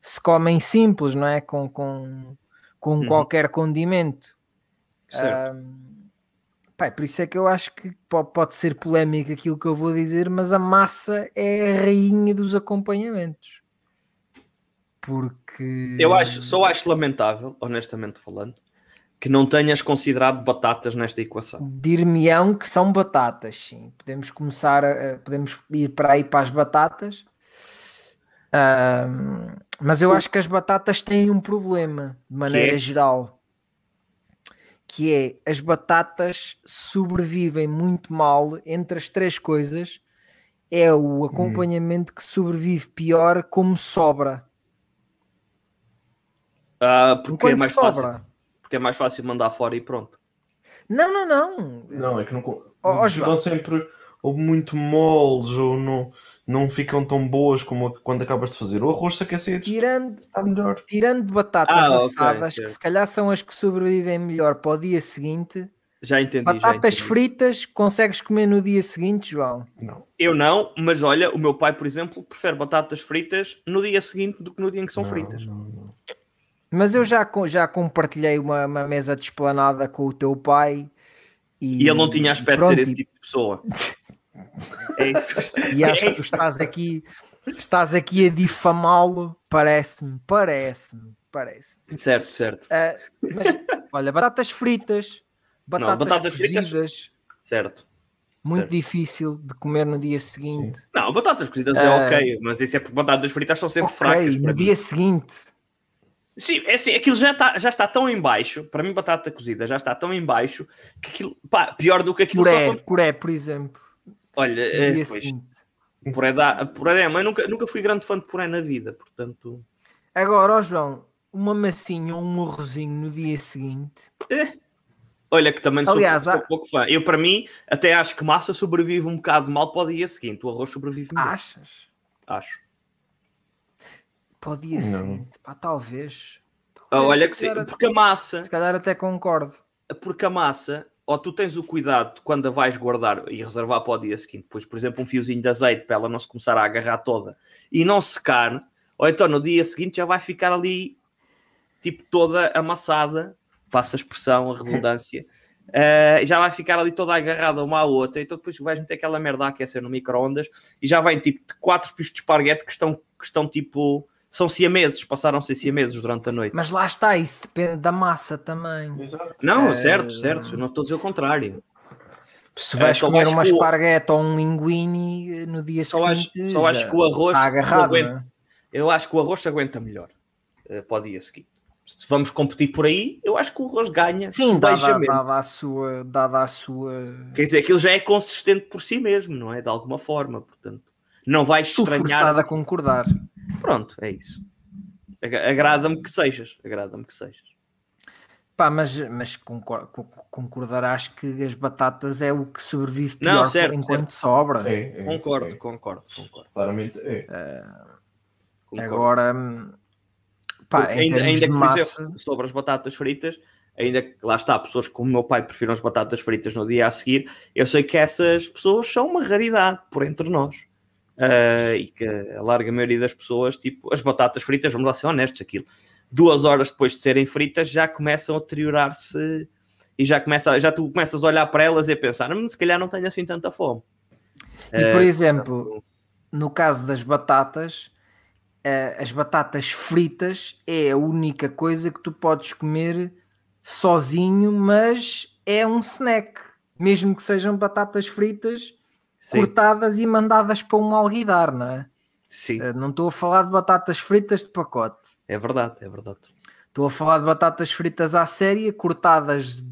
Speaker 2: se comem simples, não é? Com, com, com
Speaker 3: Uhum.
Speaker 2: qualquer condimento.
Speaker 3: Certo.
Speaker 2: Ahm, Pai, por isso é que eu acho que po- pode ser polémico aquilo que eu vou dizer, mas a massa é a rainha dos acompanhamentos. Porque.
Speaker 3: Eu acho, só acho lamentável, honestamente falando, que não tenhas considerado batatas nesta equação.
Speaker 2: Dir-me-ão que são batatas, sim. Podemos começar, a, a- podemos ir para aí para as batatas. Ahm, mas eu acho que as batatas têm um problema, de maneira
Speaker 3: é?
Speaker 2: geral. Que é, as batatas sobrevivem muito mal entre as três coisas. É
Speaker 3: Hum.
Speaker 2: o acompanhamento que sobrevive pior como sobra.
Speaker 3: Ah, porque é
Speaker 2: Enquanto
Speaker 3: mais
Speaker 2: sobra.
Speaker 3: fácil. Porque é mais fácil mandar fora e pronto.
Speaker 2: Não, não, não.
Speaker 4: Não, é que não, co-
Speaker 2: Ó, ó,
Speaker 4: não
Speaker 2: João.
Speaker 4: ficam sempre ou muito moles ou não, não ficam tão boas como a que- quando acabas de fazer. O arroz se aquecer
Speaker 2: Tirando,
Speaker 4: está melhor.
Speaker 2: tirando batatas
Speaker 3: Ah, ok,
Speaker 2: assadas,
Speaker 3: certo.
Speaker 2: que se calhar são as que sobrevivem melhor para o dia seguinte,
Speaker 3: Já entendi. já
Speaker 2: batatas
Speaker 3: entendi.
Speaker 2: fritas consegues comer no dia seguinte, João.
Speaker 4: Não,
Speaker 3: Eu não, mas olha, o meu pai, por exemplo, prefere batatas fritas no dia seguinte do que no dia em que são
Speaker 4: não,
Speaker 3: fritas.
Speaker 4: não, não.
Speaker 2: Mas
Speaker 3: Hum.
Speaker 2: eu já, co- já compartilhei uma, uma mesa de esplanada com o teu pai. E,
Speaker 3: E ele não tinha aspecto de
Speaker 2: pronto,
Speaker 3: ser esse tipo de pessoa. É isso.
Speaker 2: E acho que tu estás aqui, estás aqui a difamá-lo. Parece-me, parece-me, parece-me.
Speaker 3: Certo, certo.
Speaker 2: Ah, mas, olha, batatas fritas, batatas,
Speaker 3: batatas fritas-
Speaker 2: cozidas,
Speaker 3: Certo.
Speaker 2: muito
Speaker 3: certo.
Speaker 2: difícil de comer no dia seguinte.
Speaker 3: Não, batatas cozidas
Speaker 2: Ah.
Speaker 3: é ok, mas isso é porque batatas fritas são sempre
Speaker 2: Ok,
Speaker 3: fracas. para
Speaker 2: no
Speaker 3: mim.
Speaker 2: dia seguinte.
Speaker 3: Sim, é assim, aquilo já está, já está tão em baixo, para mim batata cozida já está tão em baixo, que aquilo, pá, pior do que aquilo só...
Speaker 2: Puré,
Speaker 3: quando-
Speaker 2: puré, por exemplo.
Speaker 3: Olha,
Speaker 2: No
Speaker 3: é,
Speaker 2: dia
Speaker 3: pois,
Speaker 2: seguinte.
Speaker 3: puré dá, puré dá, mas nunca, nunca fui grande fã de puré na vida, portanto...
Speaker 2: Agora, ó João, uma massinha ou um arrozinho no dia seguinte.
Speaker 3: Olha, que também sou
Speaker 2: Aliás,
Speaker 3: pouco,
Speaker 2: há-
Speaker 3: pouco fã. Eu, para mim, até acho que massa sobrevive um bocado mal para o dia seguinte, o arroz sobrevive melhor,
Speaker 2: Achas?
Speaker 3: acho.
Speaker 2: Para o dia
Speaker 4: Não.
Speaker 2: seguinte. Pá, talvez.
Speaker 3: Ah,
Speaker 2: Talvez,
Speaker 3: Olha que
Speaker 2: se
Speaker 3: sim,
Speaker 2: calhar-
Speaker 3: porque a massa,
Speaker 2: Se calhar até concordo.
Speaker 3: porque a massa, ou tu tens o cuidado de quando a vais guardar e reservar para o dia seguinte, pois, por exemplo, um fiozinho de azeite para ela não se começar a agarrar toda e não secar, ou então no dia seguinte já vai ficar ali, tipo, toda amassada, passa a expressão, a redundância, eh, já vai ficar ali toda agarrada uma à outra, então depois vais meter aquela merda a aquecer no micro-ondas e já vem, tipo, de quatro fios de esparguete que estão, que estão tipo, são siameses, passaram-se a siameses durante a noite.
Speaker 2: Mas lá está, isso depende da massa também.
Speaker 4: Exato.
Speaker 3: Não,
Speaker 2: Eh,
Speaker 3: certo, certo. Eu não estou a dizer o contrário.
Speaker 2: Se vais
Speaker 3: É, só
Speaker 2: comer
Speaker 3: acho
Speaker 2: uma
Speaker 3: que o-
Speaker 2: espargueta ou um linguine eh, no dia
Speaker 3: Só acho,
Speaker 2: seguinte.
Speaker 3: só acho
Speaker 2: já
Speaker 3: que o arroz
Speaker 2: está agarrado.
Speaker 3: aguenta.
Speaker 2: não é?
Speaker 3: Eu acho que o arroz se aguenta melhor eh, para o dia seguinte. Se vamos competir por aí, eu acho que o arroz ganha.
Speaker 2: Sim, dada,
Speaker 3: subejamente.
Speaker 2: dada, a sua, dada a sua
Speaker 3: Quer dizer, aquilo já é consistente por si mesmo, não é? De alguma forma, portanto. Não vais
Speaker 2: Estou
Speaker 3: estranhar.
Speaker 2: forçado a concordar.
Speaker 3: Pronto, é isso. Aga- Agrada-me que sejas. Agrada-me que sejas.
Speaker 2: Pá, mas, mas concor- co- concordarás que as batatas é o que sobrevive
Speaker 3: Não,
Speaker 2: pior
Speaker 3: certo,
Speaker 2: enquanto sobra.
Speaker 4: É, é,
Speaker 3: Concordo,
Speaker 4: é.
Speaker 3: concordo, concordo.
Speaker 4: Claramente é.
Speaker 3: concordo.
Speaker 2: Agora, hum, pá,
Speaker 3: Porque
Speaker 2: em termos de
Speaker 3: que, por
Speaker 2: massa,
Speaker 3: exemplo, sobre as batatas fritas, ainda que lá está, pessoas como o meu pai prefiram as batatas fritas no dia a seguir, eu sei que essas pessoas são uma raridade por entre nós. Ah, e que a larga maioria das pessoas, tipo, as batatas fritas, vamos lá ser honestos, aquilo, duas horas depois de serem fritas, já começam a deteriorar-se e já, começa, já tu começas a olhar para elas e a pensar, "Hum, se calhar não tenho assim tanta fome.
Speaker 2: e por
Speaker 3: Eh,
Speaker 2: exemplo, no caso das batatas, eh, as batatas fritas é a única coisa que tu podes comer sozinho, mas é um snack, mesmo que sejam batatas fritas
Speaker 3: Sim,
Speaker 2: cortadas e mandadas para um alguidar, não é?
Speaker 3: sim,
Speaker 2: Eh, Não estou a falar de batatas fritas de pacote.
Speaker 3: é verdade, é verdade.
Speaker 2: Estou a falar de batatas fritas à séria, cortadas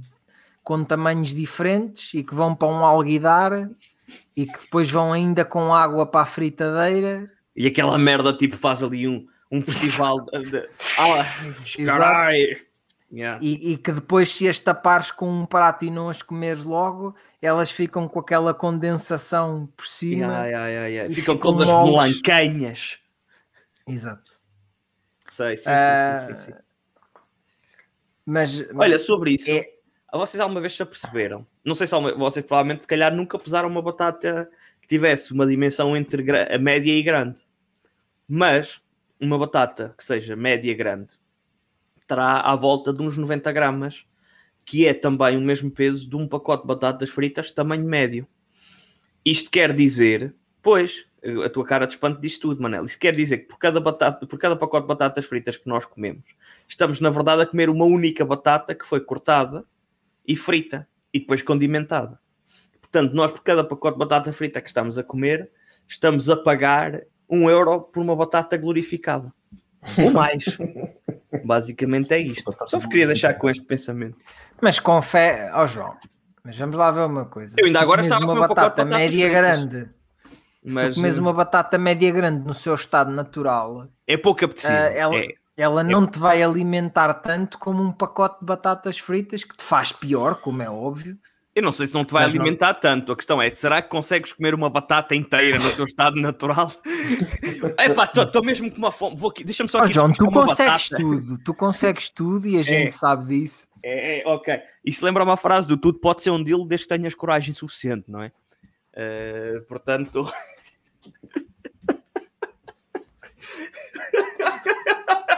Speaker 2: com tamanhos diferentes e que vão para um alguidar e que depois vão ainda com água para a fritadeira.
Speaker 3: E aquela merda tipo faz ali um, um festival de. de- Ah, caralho! Yeah.
Speaker 2: E, e que depois, se as tapares com um prato e não as comeres logo, elas ficam com aquela condensação por cima.
Speaker 3: Yeah, yeah, yeah, yeah.
Speaker 2: e
Speaker 3: Ficam
Speaker 2: ficam
Speaker 3: todas
Speaker 2: moles.
Speaker 3: bolancanhas.
Speaker 2: Exato.
Speaker 3: Sei, sim,
Speaker 2: Ah,
Speaker 3: sim, sim, sim, sim.
Speaker 2: Mas
Speaker 3: Olha, sobre isso,
Speaker 2: é-
Speaker 3: vocês alguma vez se aperceberam? Não sei se alguma- vocês provavelmente, se calhar, nunca pesaram uma batata que tivesse uma dimensão entre gra- a média e grande. Mas uma batata que seja média e grande terá à volta de uns 90 gramas, que é também o mesmo peso de um pacote de batatas fritas tamanho médio. Isto quer dizer, pois, a tua cara de espanto diz tudo, Manel. Isso quer dizer que por cada, batata, por cada pacote de batatas fritas que nós comemos, estamos na verdade a comer uma única batata que foi cortada e frita e depois condimentada. Portanto, nós por cada pacote de batata frita que estamos a comer, estamos a pagar um euro por uma batata glorificada. Ou mais. Basicamente é isto. Só vos queria deixar com este pensamento.
Speaker 2: Mas com fé, ó João, mas vamos lá ver uma coisa.
Speaker 3: Eu ainda
Speaker 2: Se tu
Speaker 3: agora
Speaker 2: comes
Speaker 3: estava a comer
Speaker 2: uma
Speaker 3: um pacote de
Speaker 2: batata
Speaker 3: batatas
Speaker 2: média
Speaker 3: fritas.
Speaker 2: grande. Se
Speaker 3: Mas,
Speaker 2: tu comes
Speaker 3: eh,
Speaker 2: uma batata média grande no seu estado natural,
Speaker 3: É pouco apetecível.
Speaker 2: Ah, ela,
Speaker 3: É.
Speaker 2: ela não te vai alimentar tanto como um pacote de batatas fritas que te faz pior, como é óbvio.
Speaker 3: Eu não sei se não te vai
Speaker 2: Mas não-
Speaker 3: alimentar tanto. A questão é, será que consegues comer uma batata inteira no teu estado natural? é pá, estou mesmo com uma fome. Vou aqui- Deixa-me só
Speaker 2: Ó
Speaker 3: aqui
Speaker 2: João, tu
Speaker 3: buscar uma
Speaker 2: consegues
Speaker 3: batata.
Speaker 2: tudo, tu consegues tudo e a gente sabe disso.
Speaker 3: É, é, ok. Isso lembra uma frase do tudo pode ser um deal desde que tenhas coragem suficiente, não é? Eh, portanto...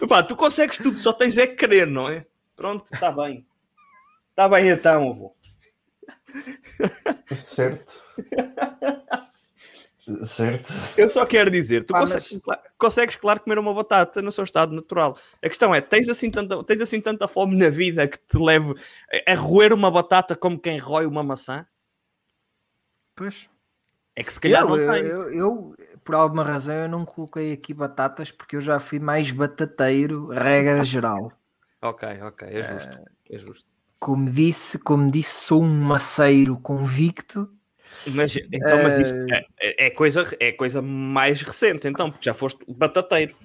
Speaker 3: Epá, tu consegues tudo, só tens é que querer, não é? Pronto, está bem. Está bem então, avô.
Speaker 2: É.
Speaker 4: Certo. certo.
Speaker 3: Eu só quero dizer, tu
Speaker 2: Pá,
Speaker 3: consegues, claro, consegues, claro, comer uma batata no seu estado natural. A questão é, tens assim tanta, tens assim tanta fome na vida que te leve a- a roer uma batata como quem rói uma maçã?
Speaker 2: Pois.
Speaker 3: É que se calhar
Speaker 2: Eu,
Speaker 3: não
Speaker 2: eu,
Speaker 3: tem.
Speaker 2: eu- eu, por alguma razão, eu não coloquei aqui batatas porque eu já fui mais batateiro, regra geral.
Speaker 3: Ok, ok, é justo. É justo.
Speaker 2: Como disse, como disse, sou um maceiro convicto.
Speaker 3: Mas, então, mas isto
Speaker 2: Eh,
Speaker 3: é, é- é coisa, é coisa mais recente, então, porque já foste batateiro.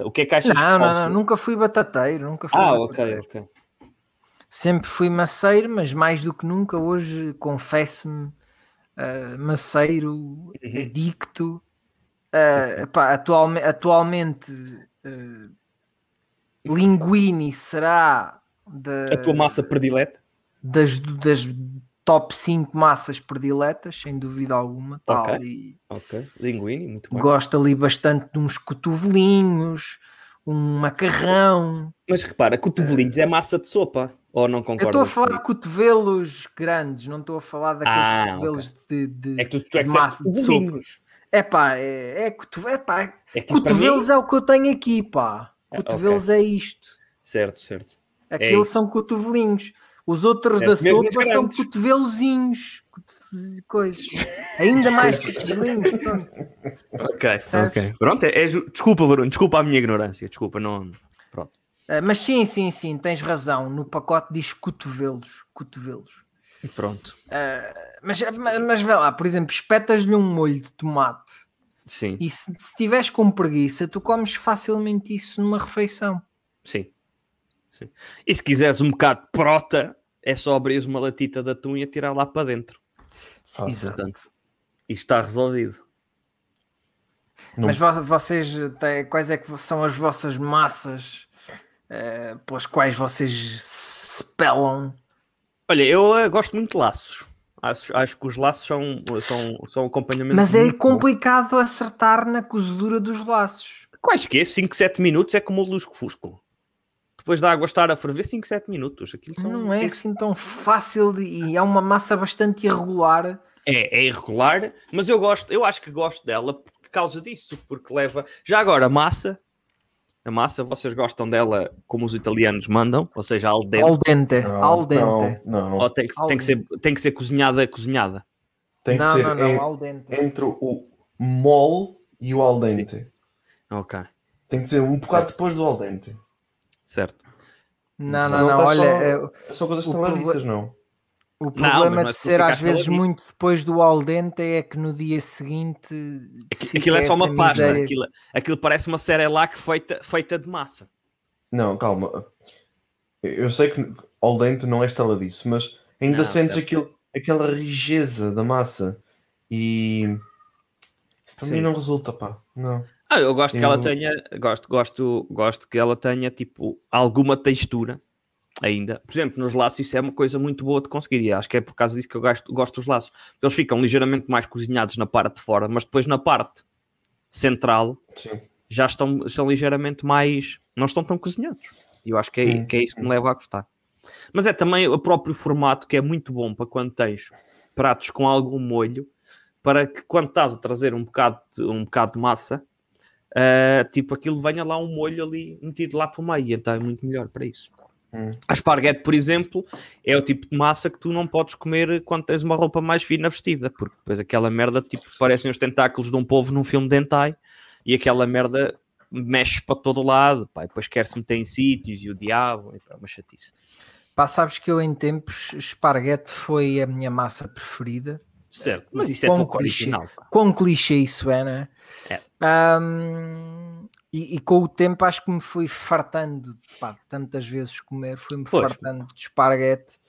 Speaker 3: O que é que achas? que
Speaker 2: Não, não,
Speaker 3: posso-
Speaker 2: não, nunca fui batateiro, nunca fui
Speaker 3: Ah, ok,
Speaker 2: batateiro.
Speaker 3: ok.
Speaker 2: Sempre fui maceiro, mas mais do que nunca hoje confesso-me ah, maceiro,
Speaker 3: Uhum.
Speaker 2: adicto. Ah, pá, atualme- atualmente, ah, linguine será da-
Speaker 3: A tua massa predileta?
Speaker 2: das, das top 5 massas prediletas, sem dúvida alguma. Tal,
Speaker 3: Ok.
Speaker 2: e-
Speaker 3: Ok, linguini, muito bem.
Speaker 2: gosto ali bastante de uns cotovelinhos, um macarrão.
Speaker 3: Mas repara, cotovelinhos é massa de sopa, ou não
Speaker 2: Eu estou a
Speaker 3: concordas?
Speaker 2: falar de cotovelos grandes, não estou a falar daqueles
Speaker 3: Ah,
Speaker 2: cotovelos de. de...
Speaker 3: É
Speaker 2: É
Speaker 3: que tu, tu é que
Speaker 2: Massa
Speaker 3: disseste
Speaker 2: de sopa.
Speaker 3: cotovelinhos.
Speaker 2: pá, é, é, coto- é pá,
Speaker 3: É que
Speaker 2: cotovelos
Speaker 3: para mim-
Speaker 2: é o que eu tenho aqui, pá.
Speaker 3: É, ok.
Speaker 2: Cotovelos é isto.
Speaker 3: Certo, certo.
Speaker 2: Aquilo
Speaker 3: isso.
Speaker 2: são cotovelinhos. Os outros
Speaker 3: É,
Speaker 2: da
Speaker 3: mesmo os
Speaker 2: sopa são
Speaker 3: grandes.
Speaker 2: cotovelozinhos. cotovez- Coisas. Ainda mais cotovelinhos. pronto.
Speaker 3: Ok,
Speaker 2: Sabes?
Speaker 3: ok. Pronto, é, é ju- desculpa, Bruno, desculpa a minha ignorância, desculpa, não.
Speaker 2: Ah, Mas sim, sim, sim, tens razão. No pacote diz cotovelos. Cotovelos.
Speaker 3: Pronto.
Speaker 2: Mas, mas, mas vê lá, por exemplo, espetas-lhe um molho de tomate
Speaker 3: Sim,
Speaker 2: e se, se tiveres com preguiça, tu comes facilmente isso numa refeição.
Speaker 3: sim. sim. E se quiseres um bocado de prota, é só abrir uma latita de atum e atirar lá para dentro.
Speaker 4: Fácil.
Speaker 2: Exato.
Speaker 3: Portanto, isto está resolvido.
Speaker 4: Não-
Speaker 2: Mas vo- vocês têm, quais é que são as vossas massas eh, pelas quais vocês se pelam?
Speaker 3: Olha, eu eh, gosto muito de laços. Acho, acho que os laços são, são, são um acompanhamento.
Speaker 2: Mas é
Speaker 3: muito bom.
Speaker 2: complicado acertar na cozedura dos laços.
Speaker 3: Quais que é? 5, 7 minutos é como o lusco-fusco. Depois da água estar a ferver, 5, 7 minutos. Aquilo são
Speaker 2: Não é
Speaker 3: cinco,
Speaker 2: assim tão fácil de- e é uma massa bastante irregular.
Speaker 3: É, é irregular, mas eu gosto, eu acho que gosto dela por causa disso, porque leva. Já agora, a massa. A massa, vocês gostam dela como os italianos mandam, ou seja, al dente,
Speaker 2: Al dente,
Speaker 4: Não,
Speaker 2: É al dente.
Speaker 4: Não, não, não.
Speaker 3: ou tem, que-
Speaker 2: al
Speaker 3: tem que ser, tem que ser cozinhada, cozinhada.
Speaker 4: Tem que
Speaker 2: não,
Speaker 4: ser
Speaker 2: não, não,
Speaker 4: en-
Speaker 2: al dente.
Speaker 4: entre o mole e o al dente.
Speaker 3: Ok,
Speaker 4: Tem que ser um
Speaker 2: É.
Speaker 4: bocado depois do al dente.
Speaker 3: certo.
Speaker 2: Não,
Speaker 4: Senão
Speaker 2: não, não,
Speaker 4: tá
Speaker 2: olha,
Speaker 4: só-
Speaker 2: eh,
Speaker 4: São coisas
Speaker 2: O
Speaker 4: estaladiças, não.
Speaker 2: O
Speaker 3: mas
Speaker 2: problema
Speaker 3: não é
Speaker 2: de
Speaker 3: tu
Speaker 2: ser
Speaker 3: ficar
Speaker 2: às vezes
Speaker 3: estaladiço.
Speaker 2: muito depois do al dente é que no dia seguinte
Speaker 3: Aqui-
Speaker 2: fica
Speaker 3: Aquilo é só uma
Speaker 2: essa
Speaker 3: pasta,
Speaker 2: miséria.
Speaker 3: aquilo, aquilo parece uma cerelac feita, feita de massa.
Speaker 4: Não, calma. Eu sei que al dente não é estaladiço, mas ainda
Speaker 3: Não, é
Speaker 4: sentes
Speaker 3: certo.
Speaker 4: aquilo, aquela rigeza da massa. E isso para
Speaker 3: Sim.
Speaker 4: mim não resulta, pá. Não.
Speaker 3: Ah, eu gosto que ela
Speaker 4: Eu-
Speaker 3: tenha, gosto, gosto, gosto que ela tenha tipo alguma textura ainda. Por exemplo, nos laços isso é uma coisa muito boa de conseguir e acho que é por causa disso que eu gosto, gosto dos laços. Eles ficam ligeiramente mais cozinhados na parte de fora, mas depois na parte central
Speaker 4: Sim.
Speaker 3: já estão, estão ligeiramente mais, não estão tão cozinhados. E eu acho que é, que é isso que me leva a gostar. Mas é também o próprio formato que é muito bom para quando tens pratos com algum molho, para que quando estás a trazer um bocado de, um bocado de massa, uh, tipo aquilo venha lá um molho ali metido lá para o meio, então é muito melhor para isso.
Speaker 4: Hum.
Speaker 3: A esparguete, por exemplo, é o tipo de massa que tu não podes comer quando tens uma roupa mais fina vestida, porque depois aquela merda, tipo, parecem os tentáculos de um povo num filme de hentai, e aquela merda mexe para todo lado, pá, e depois quer-se meter em sítios e o diabo, e pá, é uma chatice.
Speaker 2: Pá, sabes que eu em tempos, esparguete foi a minha massa preferida.
Speaker 3: Certo, mas isso é
Speaker 2: Quão
Speaker 3: pouco
Speaker 2: clichê.
Speaker 3: original, pá.
Speaker 2: Quão clichê isso é, não é?
Speaker 3: É.
Speaker 2: Ahm, e, e com o tempo acho que me fui fartando, pá, de tantas vezes comer, fui-me
Speaker 3: Pois.
Speaker 2: fartando de esparguete.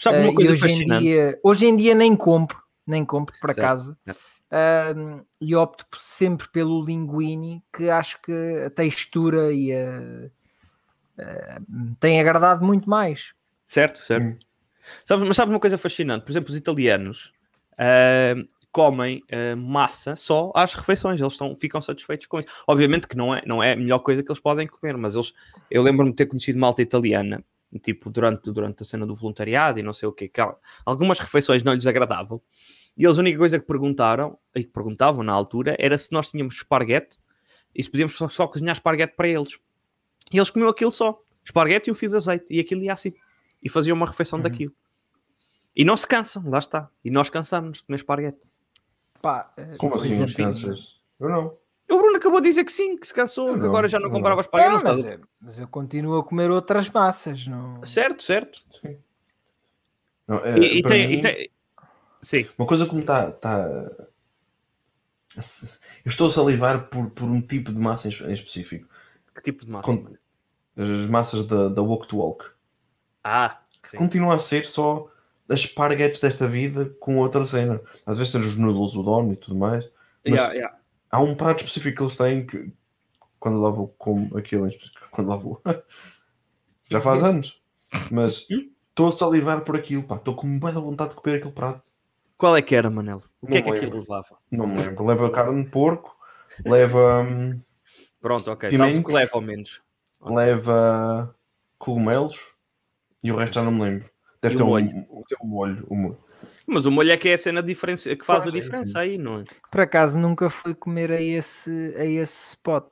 Speaker 3: Sabe
Speaker 2: Ah,
Speaker 3: uma
Speaker 2: e
Speaker 3: coisa
Speaker 2: hoje em,
Speaker 3: fascinante?
Speaker 2: dia, hoje em dia nem compro, nem compro para
Speaker 3: Certo. É.
Speaker 2: casa.
Speaker 3: Certo.
Speaker 2: Ahm, e opto por- sempre pelo linguine, que acho que a textura e a, ah, tem agradado muito mais.
Speaker 3: Certo, certo.
Speaker 4: Hum.
Speaker 3: Sabes, mas sabes uma coisa fascinante? Por exemplo, os italianos ah, comem ah, massa só às refeições, eles estão, ficam satisfeitos com isso. Obviamente que não é, não é a melhor coisa que eles podem comer, mas eles, eu lembro-me de ter conhecido malta italiana, tipo, durante, durante a cena do voluntariado e não sei o quê, que, há- algumas refeições não lhes agradavam, e eles a única coisa que perguntaram, e que perguntavam na altura, era se nós tínhamos esparguete e se podíamos só, só cozinhar esparguete para eles. E eles comiam aquilo só, esparguete e um fio de azeite, e aquilo ia assim e faziam uma refeição daquilo. E não se cansam, lá está. E nós cansamos de comer esparguete.
Speaker 2: Pá,
Speaker 3: É,
Speaker 2: ah,
Speaker 4: Como
Speaker 2: por
Speaker 4: assim os
Speaker 2: exemplo,
Speaker 4: franceses? Eu não.
Speaker 3: O Bruno acabou de dizer que sim, que se cansou,
Speaker 4: Eu
Speaker 3: que
Speaker 4: não,
Speaker 3: agora já não
Speaker 4: eu
Speaker 3: comprava
Speaker 2: Não,
Speaker 3: esparguete. não
Speaker 2: Ah,
Speaker 4: Ah,
Speaker 2: mas,
Speaker 3: está-
Speaker 2: eu- mas eu continuo a comer outras massas, não?
Speaker 3: Certo, certo.
Speaker 4: Sim. Não, é,
Speaker 3: E, e
Speaker 4: para
Speaker 3: tem,
Speaker 4: mim-
Speaker 3: e tem- Sim,
Speaker 4: Uma coisa que me está. Eu estou a salivar por, por um tipo de massa em es- em específico.
Speaker 3: que tipo de massa?
Speaker 4: Com- As massas da, da Walk to Walk.
Speaker 3: Ah, sim.
Speaker 4: Continua a ser só as esparguetes desta vida com outra cena. Às vezes tem os noodles, o dono e tudo mais. Mas
Speaker 3: Yeah, yeah.
Speaker 4: há um prato específico que eles têm que quando lá vou como aquilo em específico, quando lá vou já faz anos mas
Speaker 3: Hum?
Speaker 4: estou a salivar por aquilo pá estou com muita vontade de comer aquele prato
Speaker 3: Qual é que era, Manelo? O que
Speaker 4: Não
Speaker 3: é que
Speaker 4: lembro.
Speaker 3: aquilo levava?
Speaker 4: não me lembro leva carne de porco leva hum,
Speaker 3: Pronto, ok.
Speaker 4: Pimentos.
Speaker 3: Sabes o que leva ao menos. Ok.
Speaker 4: leva cogumelos e o resto já não me lembro deve
Speaker 3: E
Speaker 4: ter
Speaker 3: o
Speaker 4: um
Speaker 3: molho?
Speaker 4: molho um molho, um molho.
Speaker 3: Mas o molho é que é a cena diferença, que faz a
Speaker 4: Pois é.
Speaker 3: diferença aí, não é?
Speaker 2: Por acaso nunca fui comer a esse, a esse spot,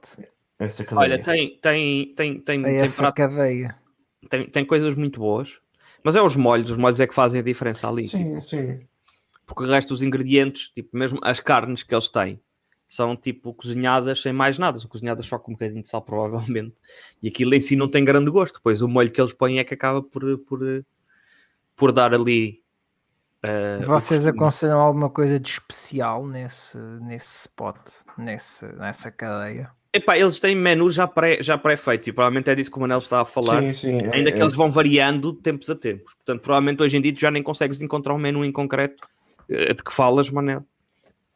Speaker 4: essa é cadeia.
Speaker 3: Olha, tá tem, tem, tem,
Speaker 4: É
Speaker 3: tem,
Speaker 2: a
Speaker 3: tem,
Speaker 2: essa
Speaker 3: prato-
Speaker 2: cadeia.
Speaker 3: tem, tem coisas muito boas. Mas é os molhos, os molhos é que fazem a diferença ali.
Speaker 4: sim sim
Speaker 3: porque o resto dos ingredientes, tipo, mesmo as carnes que eles têm, são tipo cozinhadas sem mais nada, são cozinhadas só com um bocadinho de sal, provavelmente. E aquilo em si não tem grande gosto, pois o molho que eles põem é que acaba por, por, por dar ali. eh, o
Speaker 2: Vocês
Speaker 3: costume.
Speaker 2: aconselham alguma coisa de especial nesse, nesse spot, nesse, nessa cadeia?
Speaker 3: Epá, eles têm menu já pré- já pré-feito, e provavelmente é disso que o Manel está a falar.
Speaker 4: sim, sim. é-
Speaker 3: Ainda que
Speaker 4: é-
Speaker 3: eles vão variando de tempos a tempos. Portanto, provavelmente hoje em dia tu já nem consegues encontrar um menu em concreto eh, de que falas, Manel.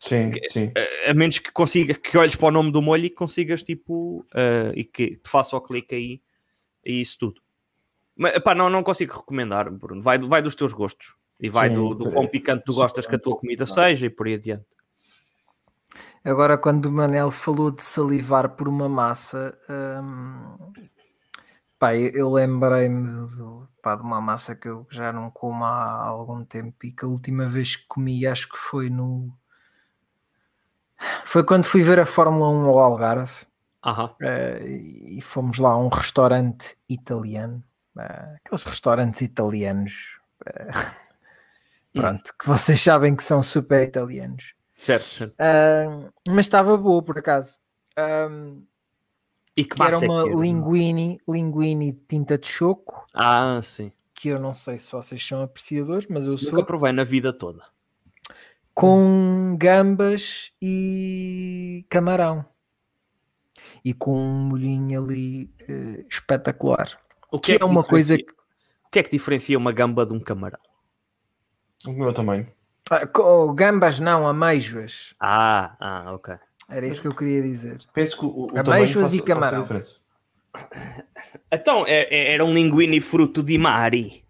Speaker 4: sim sim
Speaker 3: a menos que consigas que olhes para o nome do molho e que consigas tipo ah, e que te faça o clique aí e isso tudo mas pá, não, não consigo recomendar Bruno, vai, do- vai dos teus gostos e vai
Speaker 4: Sim,
Speaker 3: do, do
Speaker 4: sim.
Speaker 3: quão picante tu
Speaker 4: Sim,
Speaker 3: gostas que a
Speaker 4: não
Speaker 3: tua comida
Speaker 4: recomendar.
Speaker 3: seja e por aí adiante
Speaker 2: Agora, quando o Manel falou de salivar por uma massa, hum, pá, eu, eu lembrei-me do- pá, de uma massa que eu já não como há algum tempo e que a última vez que comi acho que foi no. Foi quando fui ver a Fórmula 1 ao Algarve.
Speaker 3: Aham.
Speaker 2: Eh, e fomos lá a um restaurante italiano, eh, aqueles restaurantes italianos, eh, pronto, que vocês sabem que são super italianos.
Speaker 3: certo, certo.
Speaker 2: Ah, mas estava boa por acaso. Ah,
Speaker 3: e que
Speaker 2: que era
Speaker 3: massa é
Speaker 2: uma
Speaker 3: que era?
Speaker 2: linguine, linguine de tinta de choco,
Speaker 3: ah sim
Speaker 2: que eu não sei se vocês são apreciadores, mas eu
Speaker 3: nunca
Speaker 2: sou,
Speaker 3: provei na vida toda
Speaker 2: com gambas e camarão. E com um molhinho ali eh, espetacular.
Speaker 3: o
Speaker 2: que é uma coisa
Speaker 3: diferencia- o que é que diferencia uma gamba de um camarão
Speaker 4: o meu tamanho
Speaker 2: Ah, co- gambas não, ameijoas.
Speaker 3: ah, ah ok
Speaker 2: Era isso que eu queria dizer.
Speaker 4: penso que o, o tamanho
Speaker 2: Ameixas
Speaker 4: faz,
Speaker 2: e
Speaker 4: faz a
Speaker 2: camarão.
Speaker 4: diferença.
Speaker 3: então é- é- era um linguine fruto di mari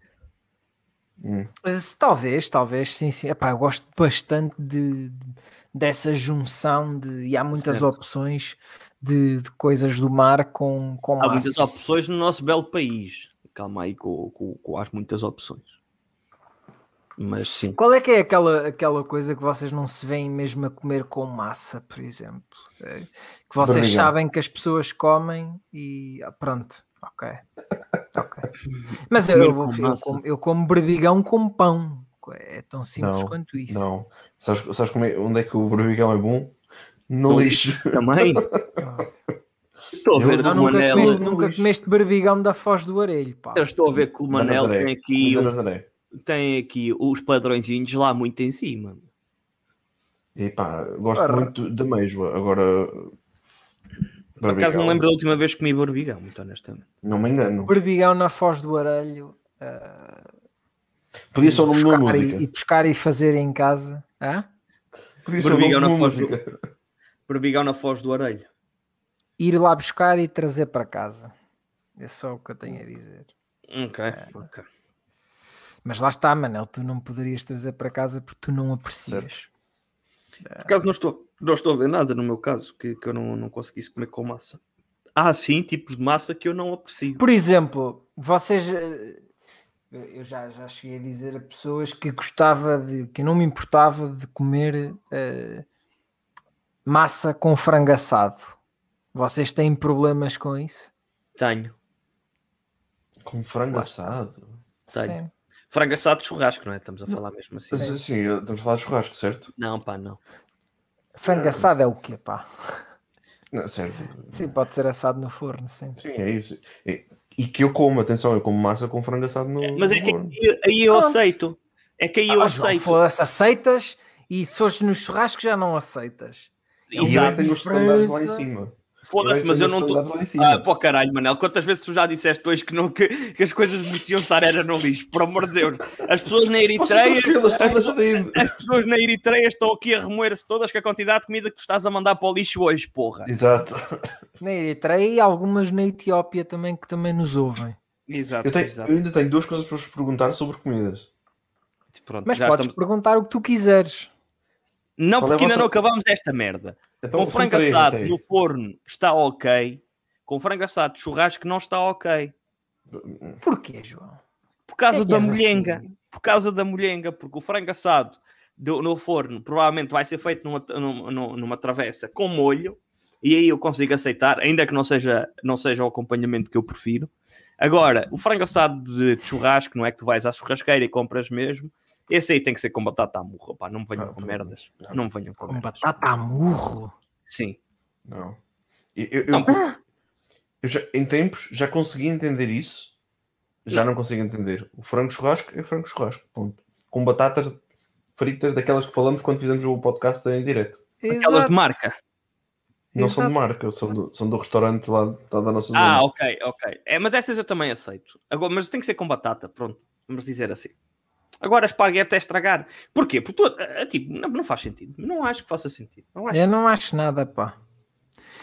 Speaker 4: Hum.
Speaker 2: Mas, talvez, talvez, sim, sim. Epá, eu gosto bastante de, dessa junção de, e há muitas
Speaker 3: Certo.
Speaker 2: opções de, de coisas do mar com, com
Speaker 3: Há
Speaker 2: massa.
Speaker 3: muitas opções no nosso belo país. Calma aí com, com, com as muitas opções. Mas sim.
Speaker 2: Qual é que é aquela, aquela coisa que vocês não se veem mesmo a comer com massa, por exemplo? É, Que vocês
Speaker 4: Barriga.
Speaker 2: sabem que as pessoas comem e ah, pronto, ok. ok. Mas eu,
Speaker 3: Comer
Speaker 2: eu vou,
Speaker 3: com
Speaker 2: eu,
Speaker 3: massa.
Speaker 2: como, eu como berbigão com pão. É tão simples
Speaker 4: Não,
Speaker 2: quanto isso.
Speaker 4: Não. Sabes, sabes como é- onde é que o barbicão é bom? No,
Speaker 3: No
Speaker 4: lixo.
Speaker 3: Também. Estou a
Speaker 4: Eu
Speaker 3: ver
Speaker 2: Ah,
Speaker 3: que o
Speaker 2: nunca,
Speaker 3: Manel.
Speaker 2: comeste,
Speaker 4: no
Speaker 2: nunca
Speaker 4: lixo.
Speaker 2: comeste berbigão da Foz do Arelho, pá.
Speaker 3: Eu estou a ver que o
Speaker 4: Da
Speaker 3: Manel
Speaker 4: Nazaré.
Speaker 3: tem aqui,
Speaker 4: Da
Speaker 3: um-
Speaker 4: Nazaré.
Speaker 3: tem aqui os padrõezinhos lá muito em cima.
Speaker 4: E pá, gosto
Speaker 2: Ora.
Speaker 4: muito da Meijoa. Agora.
Speaker 3: Por acaso
Speaker 4: barbicão,
Speaker 3: não lembro da última vez que comi barbigão, muito honestamente.
Speaker 4: Não me engano.
Speaker 2: Berbigão na Foz do Arelho. ah,
Speaker 4: Podia ser o nome de uma
Speaker 2: buscar e-
Speaker 4: música.
Speaker 2: E buscar e fazer em casa. Hã?
Speaker 4: Podia ser o nome de
Speaker 3: Barbicão
Speaker 4: uma
Speaker 3: na Foz do-
Speaker 4: música.
Speaker 3: Barbigão na Foz do Arelho.
Speaker 2: ir lá buscar e trazer para casa. É só o que eu tenho a dizer.
Speaker 3: Ok,
Speaker 4: É,
Speaker 3: ok.
Speaker 2: Mas lá está, Manel, tu não poderias trazer para casa porque tu não aprecias.
Speaker 3: Por acaso não estou, não estou a ver nada no meu caso que, que eu não, não conseguisse comer com massa. Há sim tipos de massa que eu não aprecio.
Speaker 2: Por exemplo, vocês. eh, Eu eu já, já cheguei a dizer a pessoas que gostava de. que não me importava de comer eh, massa com frango assado. Vocês têm problemas com isso?
Speaker 3: Tenho.
Speaker 4: Com frango assado.
Speaker 3: Tenho. Frango assado de churrasco, não é? Estamos a falar mesmo assim.
Speaker 4: Mas assim, estamos a falar de churrasco, certo?
Speaker 3: Não, pá, não. Hum.
Speaker 2: Frango assado é o quê, pá?
Speaker 4: Não, certo.
Speaker 2: Sim, pode ser assado no forno, sim.
Speaker 4: Sim, é isso. E, e que eu como, atenção, eu como massa com frango assado no.
Speaker 3: Mas é
Speaker 4: no
Speaker 3: que
Speaker 4: forno.
Speaker 3: aí, aí eu
Speaker 4: Ah.
Speaker 2: Pronto.
Speaker 3: aceito. É que aí eu
Speaker 2: Ah, João,
Speaker 3: aceito.
Speaker 2: foda-se, aceitas e se fores no churrasco já não aceitas.
Speaker 4: E eu é
Speaker 3: Exato.
Speaker 4: tenho os standards lá em
Speaker 2: Diferença.
Speaker 4: cima. é
Speaker 3: Foda-se, mas eu não estou.
Speaker 4: estou.
Speaker 3: Ah, pô, caralho, Manel, quantas vezes tu já disseste hoje que, não, que, que as coisas mereciam estar era no lixo? Por amor de Deus, as pessoas na Eritreia,
Speaker 4: todas ali.
Speaker 3: as pessoas na Eritreia estão aqui a remoer-se todas com a quantidade de comida que tu estás a mandar para o lixo hoje, porra.
Speaker 4: Exato.
Speaker 2: Na Eritreia e algumas na Etiópia também que também nos ouvem.
Speaker 3: Exato,
Speaker 4: Eu, tenho-
Speaker 3: exato.
Speaker 4: eu ainda tenho duas coisas para vos perguntar sobre comidas.
Speaker 3: Pronto,
Speaker 2: Mas
Speaker 3: já
Speaker 2: podes
Speaker 3: estamos-
Speaker 2: perguntar o que tu quiseres.
Speaker 3: Não,
Speaker 4: Qual é a
Speaker 3: porque ainda
Speaker 4: vossa-
Speaker 3: não acabamos esta merda.
Speaker 4: Então,
Speaker 3: Com
Speaker 4: são
Speaker 3: frango
Speaker 4: três,
Speaker 3: assado
Speaker 4: até aí.
Speaker 3: no forno está ok. Com frango assado de churrasco não está ok.
Speaker 2: Porquê, João?
Speaker 3: Por causa
Speaker 2: É que
Speaker 3: da
Speaker 2: és
Speaker 3: molhenga.
Speaker 2: assim?
Speaker 3: Por causa da molhenga, porque o frango assado do- no forno provavelmente vai ser feito numa, numa, numa travessa com molho, e aí eu consigo aceitar, ainda que não seja, não seja o acompanhamento que eu prefiro. Agora, o frango assado de churrasco, não é que tu vais à churrasqueira e compras mesmo, esse aí tem que ser com batata à murra, pá, não me venham
Speaker 4: Ah,
Speaker 3: com
Speaker 4: pá,
Speaker 3: merdas.
Speaker 4: não.
Speaker 3: Não me venham com,
Speaker 2: Com
Speaker 3: merdas.
Speaker 2: batata a murro.
Speaker 3: Sim.
Speaker 4: Não. Eu, eu- eu-
Speaker 3: Não,
Speaker 4: eu já, em tempos já consegui entender isso.
Speaker 3: Hum.
Speaker 4: Já não consigo entender. O frango churrasco é frango churrasco. Ponto. Com batatas fritas daquelas que falamos quando fizemos o podcast em direto.
Speaker 3: aquelas
Speaker 2: Exato.
Speaker 3: de marca.
Speaker 4: Não são de
Speaker 2: Exato.
Speaker 4: marca, são do, são do restaurante lá, lá da nossa zona.
Speaker 3: Ah, ok, ok. É, mas essas eu também aceito. Agora, mas tem que ser com batata, pronto. Vamos dizer assim. Agora, esparguete é estragar. Porquê? Porque tu, é, é, tipo, não, não faz sentido. Não acho que faça sentido. Não acho.
Speaker 2: Eu não acho nada, pá.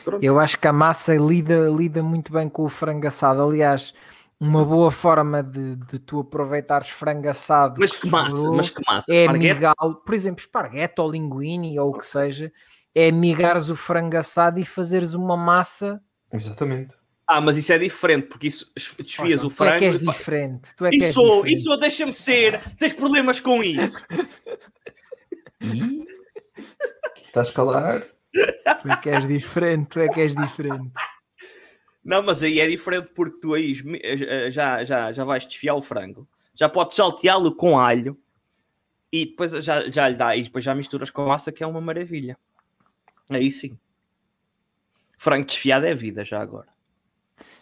Speaker 3: Pronto.
Speaker 2: Eu acho que a massa lida, lida muito bem com o frango assado. Aliás, uma boa forma de, de tu aproveitares frango assado.
Speaker 3: É, Mas que massa,
Speaker 2: sobrou
Speaker 3: mas que massa.
Speaker 2: é
Speaker 3: Esparguete?
Speaker 2: migal, por exemplo, esparguete ou linguine ou o que seja, é migares o frango assado e fazeres uma massa.
Speaker 4: Exatamente.
Speaker 3: Ah, mas isso é diferente, porque isso es- desfias
Speaker 2: João,
Speaker 3: o frango.
Speaker 2: Tu é que és
Speaker 3: e fa-
Speaker 2: diferente. Tu é que és
Speaker 3: Isso,
Speaker 2: diferente.
Speaker 3: isso, deixa-me ser. Tens problemas com isso.
Speaker 4: E estás a Tá calar?
Speaker 2: Tu é que és diferente. Tu é que és diferente.
Speaker 3: Não, mas aí é diferente porque tu aí esme- eh, já, já, já vais desfiar o frango, já podes salteá-lo com alho e depois já, já lhe dá, e depois já misturas com massa que é uma maravilha. Aí sim. Frango desfiado é vida já agora.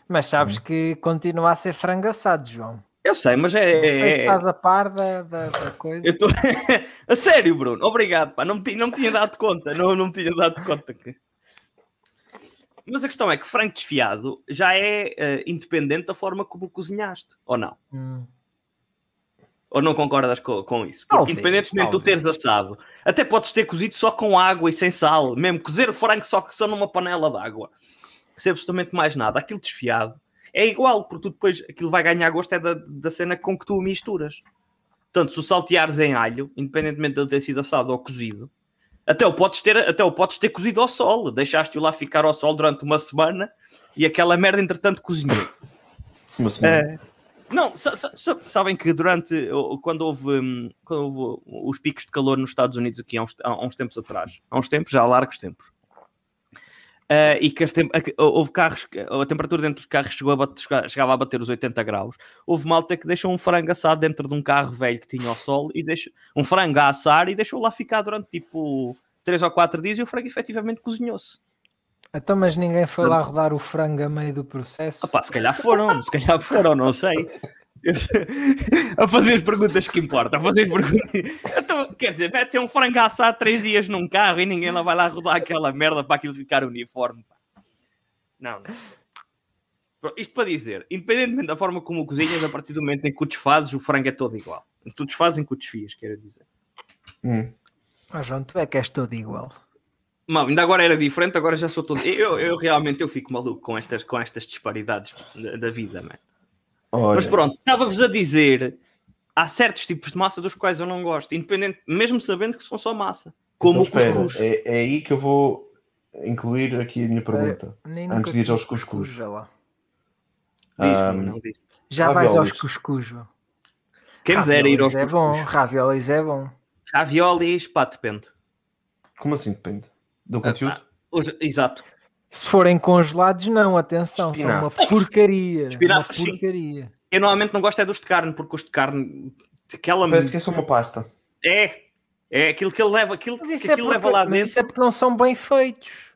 Speaker 2: Mas sabes
Speaker 3: Hum.
Speaker 2: que continua a ser frango assado, João.
Speaker 3: Eu sei, mas é.
Speaker 2: Não sei
Speaker 3: é-
Speaker 2: se estás a par da, da- da coisa.
Speaker 3: eu tô... a sério, Bruno, obrigado. Pá. Não, me, ti- não me tinha dado conta. Não, não me tinha dado conta. Que... Mas a questão é que frango desfiado já é eh, independente da forma como o cozinhaste, ou não?
Speaker 2: Hum.
Speaker 3: Ou não concordas co- com, isso? Porque
Speaker 2: Talvez,
Speaker 3: independentemente de tu
Speaker 2: talvez.
Speaker 3: teres assado, até podes ter cozido só com água e sem sal, mesmo cozer o frango só, só numa panela de água, sem absolutamente mais nada. Aquilo desfiado é igual, porque tu depois aquilo vai ganhar gosto é da, da cena com que tu o misturas. Portanto, se o salteares em alho, independentemente de ele ter sido assado ou cozido, Até o podes ter, até o podes ter cozido ao sol. Deixaste-o lá ficar ao sol durante uma semana e aquela merda, entretanto, cozinhou.
Speaker 4: Uma semana.
Speaker 3: Eh, não, sa- sa- sa- sabem que durante o- quando houve, hum, quando houve os picos de calor nos Estados Unidos aqui há uns, há uns tempos atrás, há uns tempos, já há largos tempos, eh, e que as tem- a que- houve carros, que- a temperatura dentro dos carros chegou a bate- chega- chegava a bater os 80 graus. Houve malta que deixou um frango assado dentro de um carro velho que tinha ao sol e deixou um frango a assar e deixou lá ficar durante tipo 3 ou 4 dias e o frango efetivamente cozinhou-se.
Speaker 2: Então, mas ninguém foi lá rodar o frango a meio do processo.
Speaker 3: Opa, se calhar foram, se calhar foram, não sei. Eu- a fazer as perguntas que importam, a fazer as perguntas. Então, quer dizer, metem um frango assado três dias num carro e ninguém lá vai lá rodar aquela merda para aquilo ficar uniforme. pá. Não, não. Pro- Isto para dizer, independentemente da forma como o cozinhas, a partir do momento em que o desfazes, o frango é todo igual. Tu desfazes em que o desfias, quero dizer.
Speaker 4: Hum.
Speaker 2: Ah, João, tu é que és todo igual.
Speaker 3: Mal, ainda agora era diferente, agora já sou todo. Eu, eu realmente eu fico maluco com estas, com estas disparidades da, da vida, mano.
Speaker 4: Olha, então
Speaker 3: Mas pronto, estava-vos a dizer, há certos tipos de massa dos quais eu não gosto, independente, mesmo sabendo que são só massa, como o
Speaker 4: então espera,
Speaker 3: cuscuz.
Speaker 4: é, é aí que eu vou incluir aqui a
Speaker 2: É.
Speaker 4: minha pergunta.
Speaker 2: Nem
Speaker 4: Antes
Speaker 2: nunca
Speaker 4: de ir
Speaker 2: comi
Speaker 4: aos cuscuz.
Speaker 2: vê lá.
Speaker 4: Ah,
Speaker 3: Diz-me, não diz.
Speaker 2: Já
Speaker 4: Ah,
Speaker 2: vais
Speaker 4: violas.
Speaker 2: aos cuscuz, João.
Speaker 3: Quem me dera ir aos
Speaker 2: Raviolis é bom, raviolis é bom.
Speaker 3: raviolis, pá, depende.
Speaker 4: como assim depende? Do conteúdo?
Speaker 3: Os- exato.
Speaker 2: Se forem congelados, não, atenção, são uma
Speaker 4: Espinafres.
Speaker 2: porcaria. Uma
Speaker 3: Espinafres, sim.
Speaker 2: porcaria.
Speaker 3: Eu normalmente não gosto é dos de carne, porque os de carne, aquela...
Speaker 4: Parece que é só uma pasta.
Speaker 3: É, é aquilo que ele leva, aquilo
Speaker 2: Mas
Speaker 3: que
Speaker 2: isso, é
Speaker 3: aquilo
Speaker 2: porque,
Speaker 3: leva lá
Speaker 2: mas
Speaker 3: dentro.
Speaker 2: isso é porque não são bem feitos.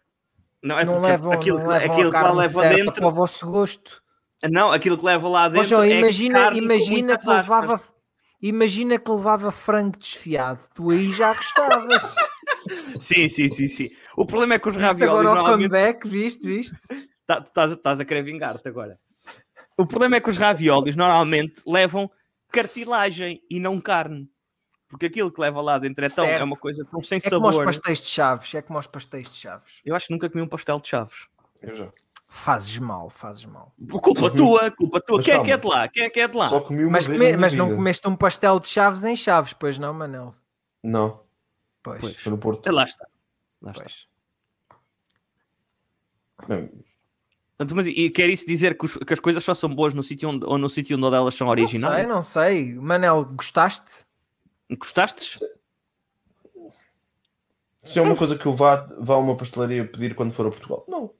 Speaker 3: Não, é
Speaker 2: não
Speaker 3: porque
Speaker 2: levam,
Speaker 3: aquilo,
Speaker 2: não
Speaker 3: que-
Speaker 2: levam
Speaker 3: aquilo
Speaker 2: a
Speaker 3: que lá
Speaker 2: carne
Speaker 3: leva
Speaker 2: certa
Speaker 3: dentro...
Speaker 2: para o vosso gosto.
Speaker 3: Não, aquilo que leva lá
Speaker 2: Ó,
Speaker 3: dentro
Speaker 2: João,
Speaker 3: é
Speaker 2: imagina,
Speaker 3: carne com
Speaker 2: imagina,
Speaker 3: muitas
Speaker 2: que levava,
Speaker 3: aspas.
Speaker 2: imagina que levava frango desfiado. Tu aí já gostavas.
Speaker 3: Sim, sim, sim, sim. O problema é que os
Speaker 2: Viste
Speaker 3: raviolis
Speaker 2: agora o
Speaker 3: normalmente...
Speaker 2: comeback, viste, viste?
Speaker 3: Tá- tu estás, a- estás a querer vingar-te agora. O problema é que os raviolis normalmente levam cartilagem e não carne. Porque aquilo que leva lá dentro é, tão, é
Speaker 2: Certo.
Speaker 3: uma coisa tão sem
Speaker 2: É como aos
Speaker 3: sabor.
Speaker 2: pastéis de chaves, é como aos pastéis de chaves.
Speaker 3: Eu acho que nunca comi um pastel de chaves.
Speaker 4: Eu já.
Speaker 2: Fazes mal, fazes mal.
Speaker 3: Culpa tua, culpa tua.
Speaker 4: Mas
Speaker 3: Quem é que é
Speaker 4: calma.
Speaker 3: de lá? Quem é que é de lá?
Speaker 4: Só comi uma
Speaker 2: Mas,
Speaker 4: vez.
Speaker 2: come-
Speaker 4: na minha
Speaker 2: mas não
Speaker 4: vida.
Speaker 2: comeste um pastel de chaves em chaves, pois não, Manel?
Speaker 4: Não,
Speaker 2: Pois.
Speaker 3: Pois.
Speaker 4: foi no Porto.
Speaker 3: É, Lá está. Lá está.
Speaker 2: pois.
Speaker 4: Não,
Speaker 3: Portanto, Mas, e quer isso dizer que, os- que as coisas só são boas no sítio onde, ou no sítio onde elas são originais?
Speaker 2: Não sei, não sei. Manel, gostaste?
Speaker 3: Gostastes?
Speaker 4: Se é uma coisa que eu vá, vá a uma pastelaria pedir quando for a Portugal. Não.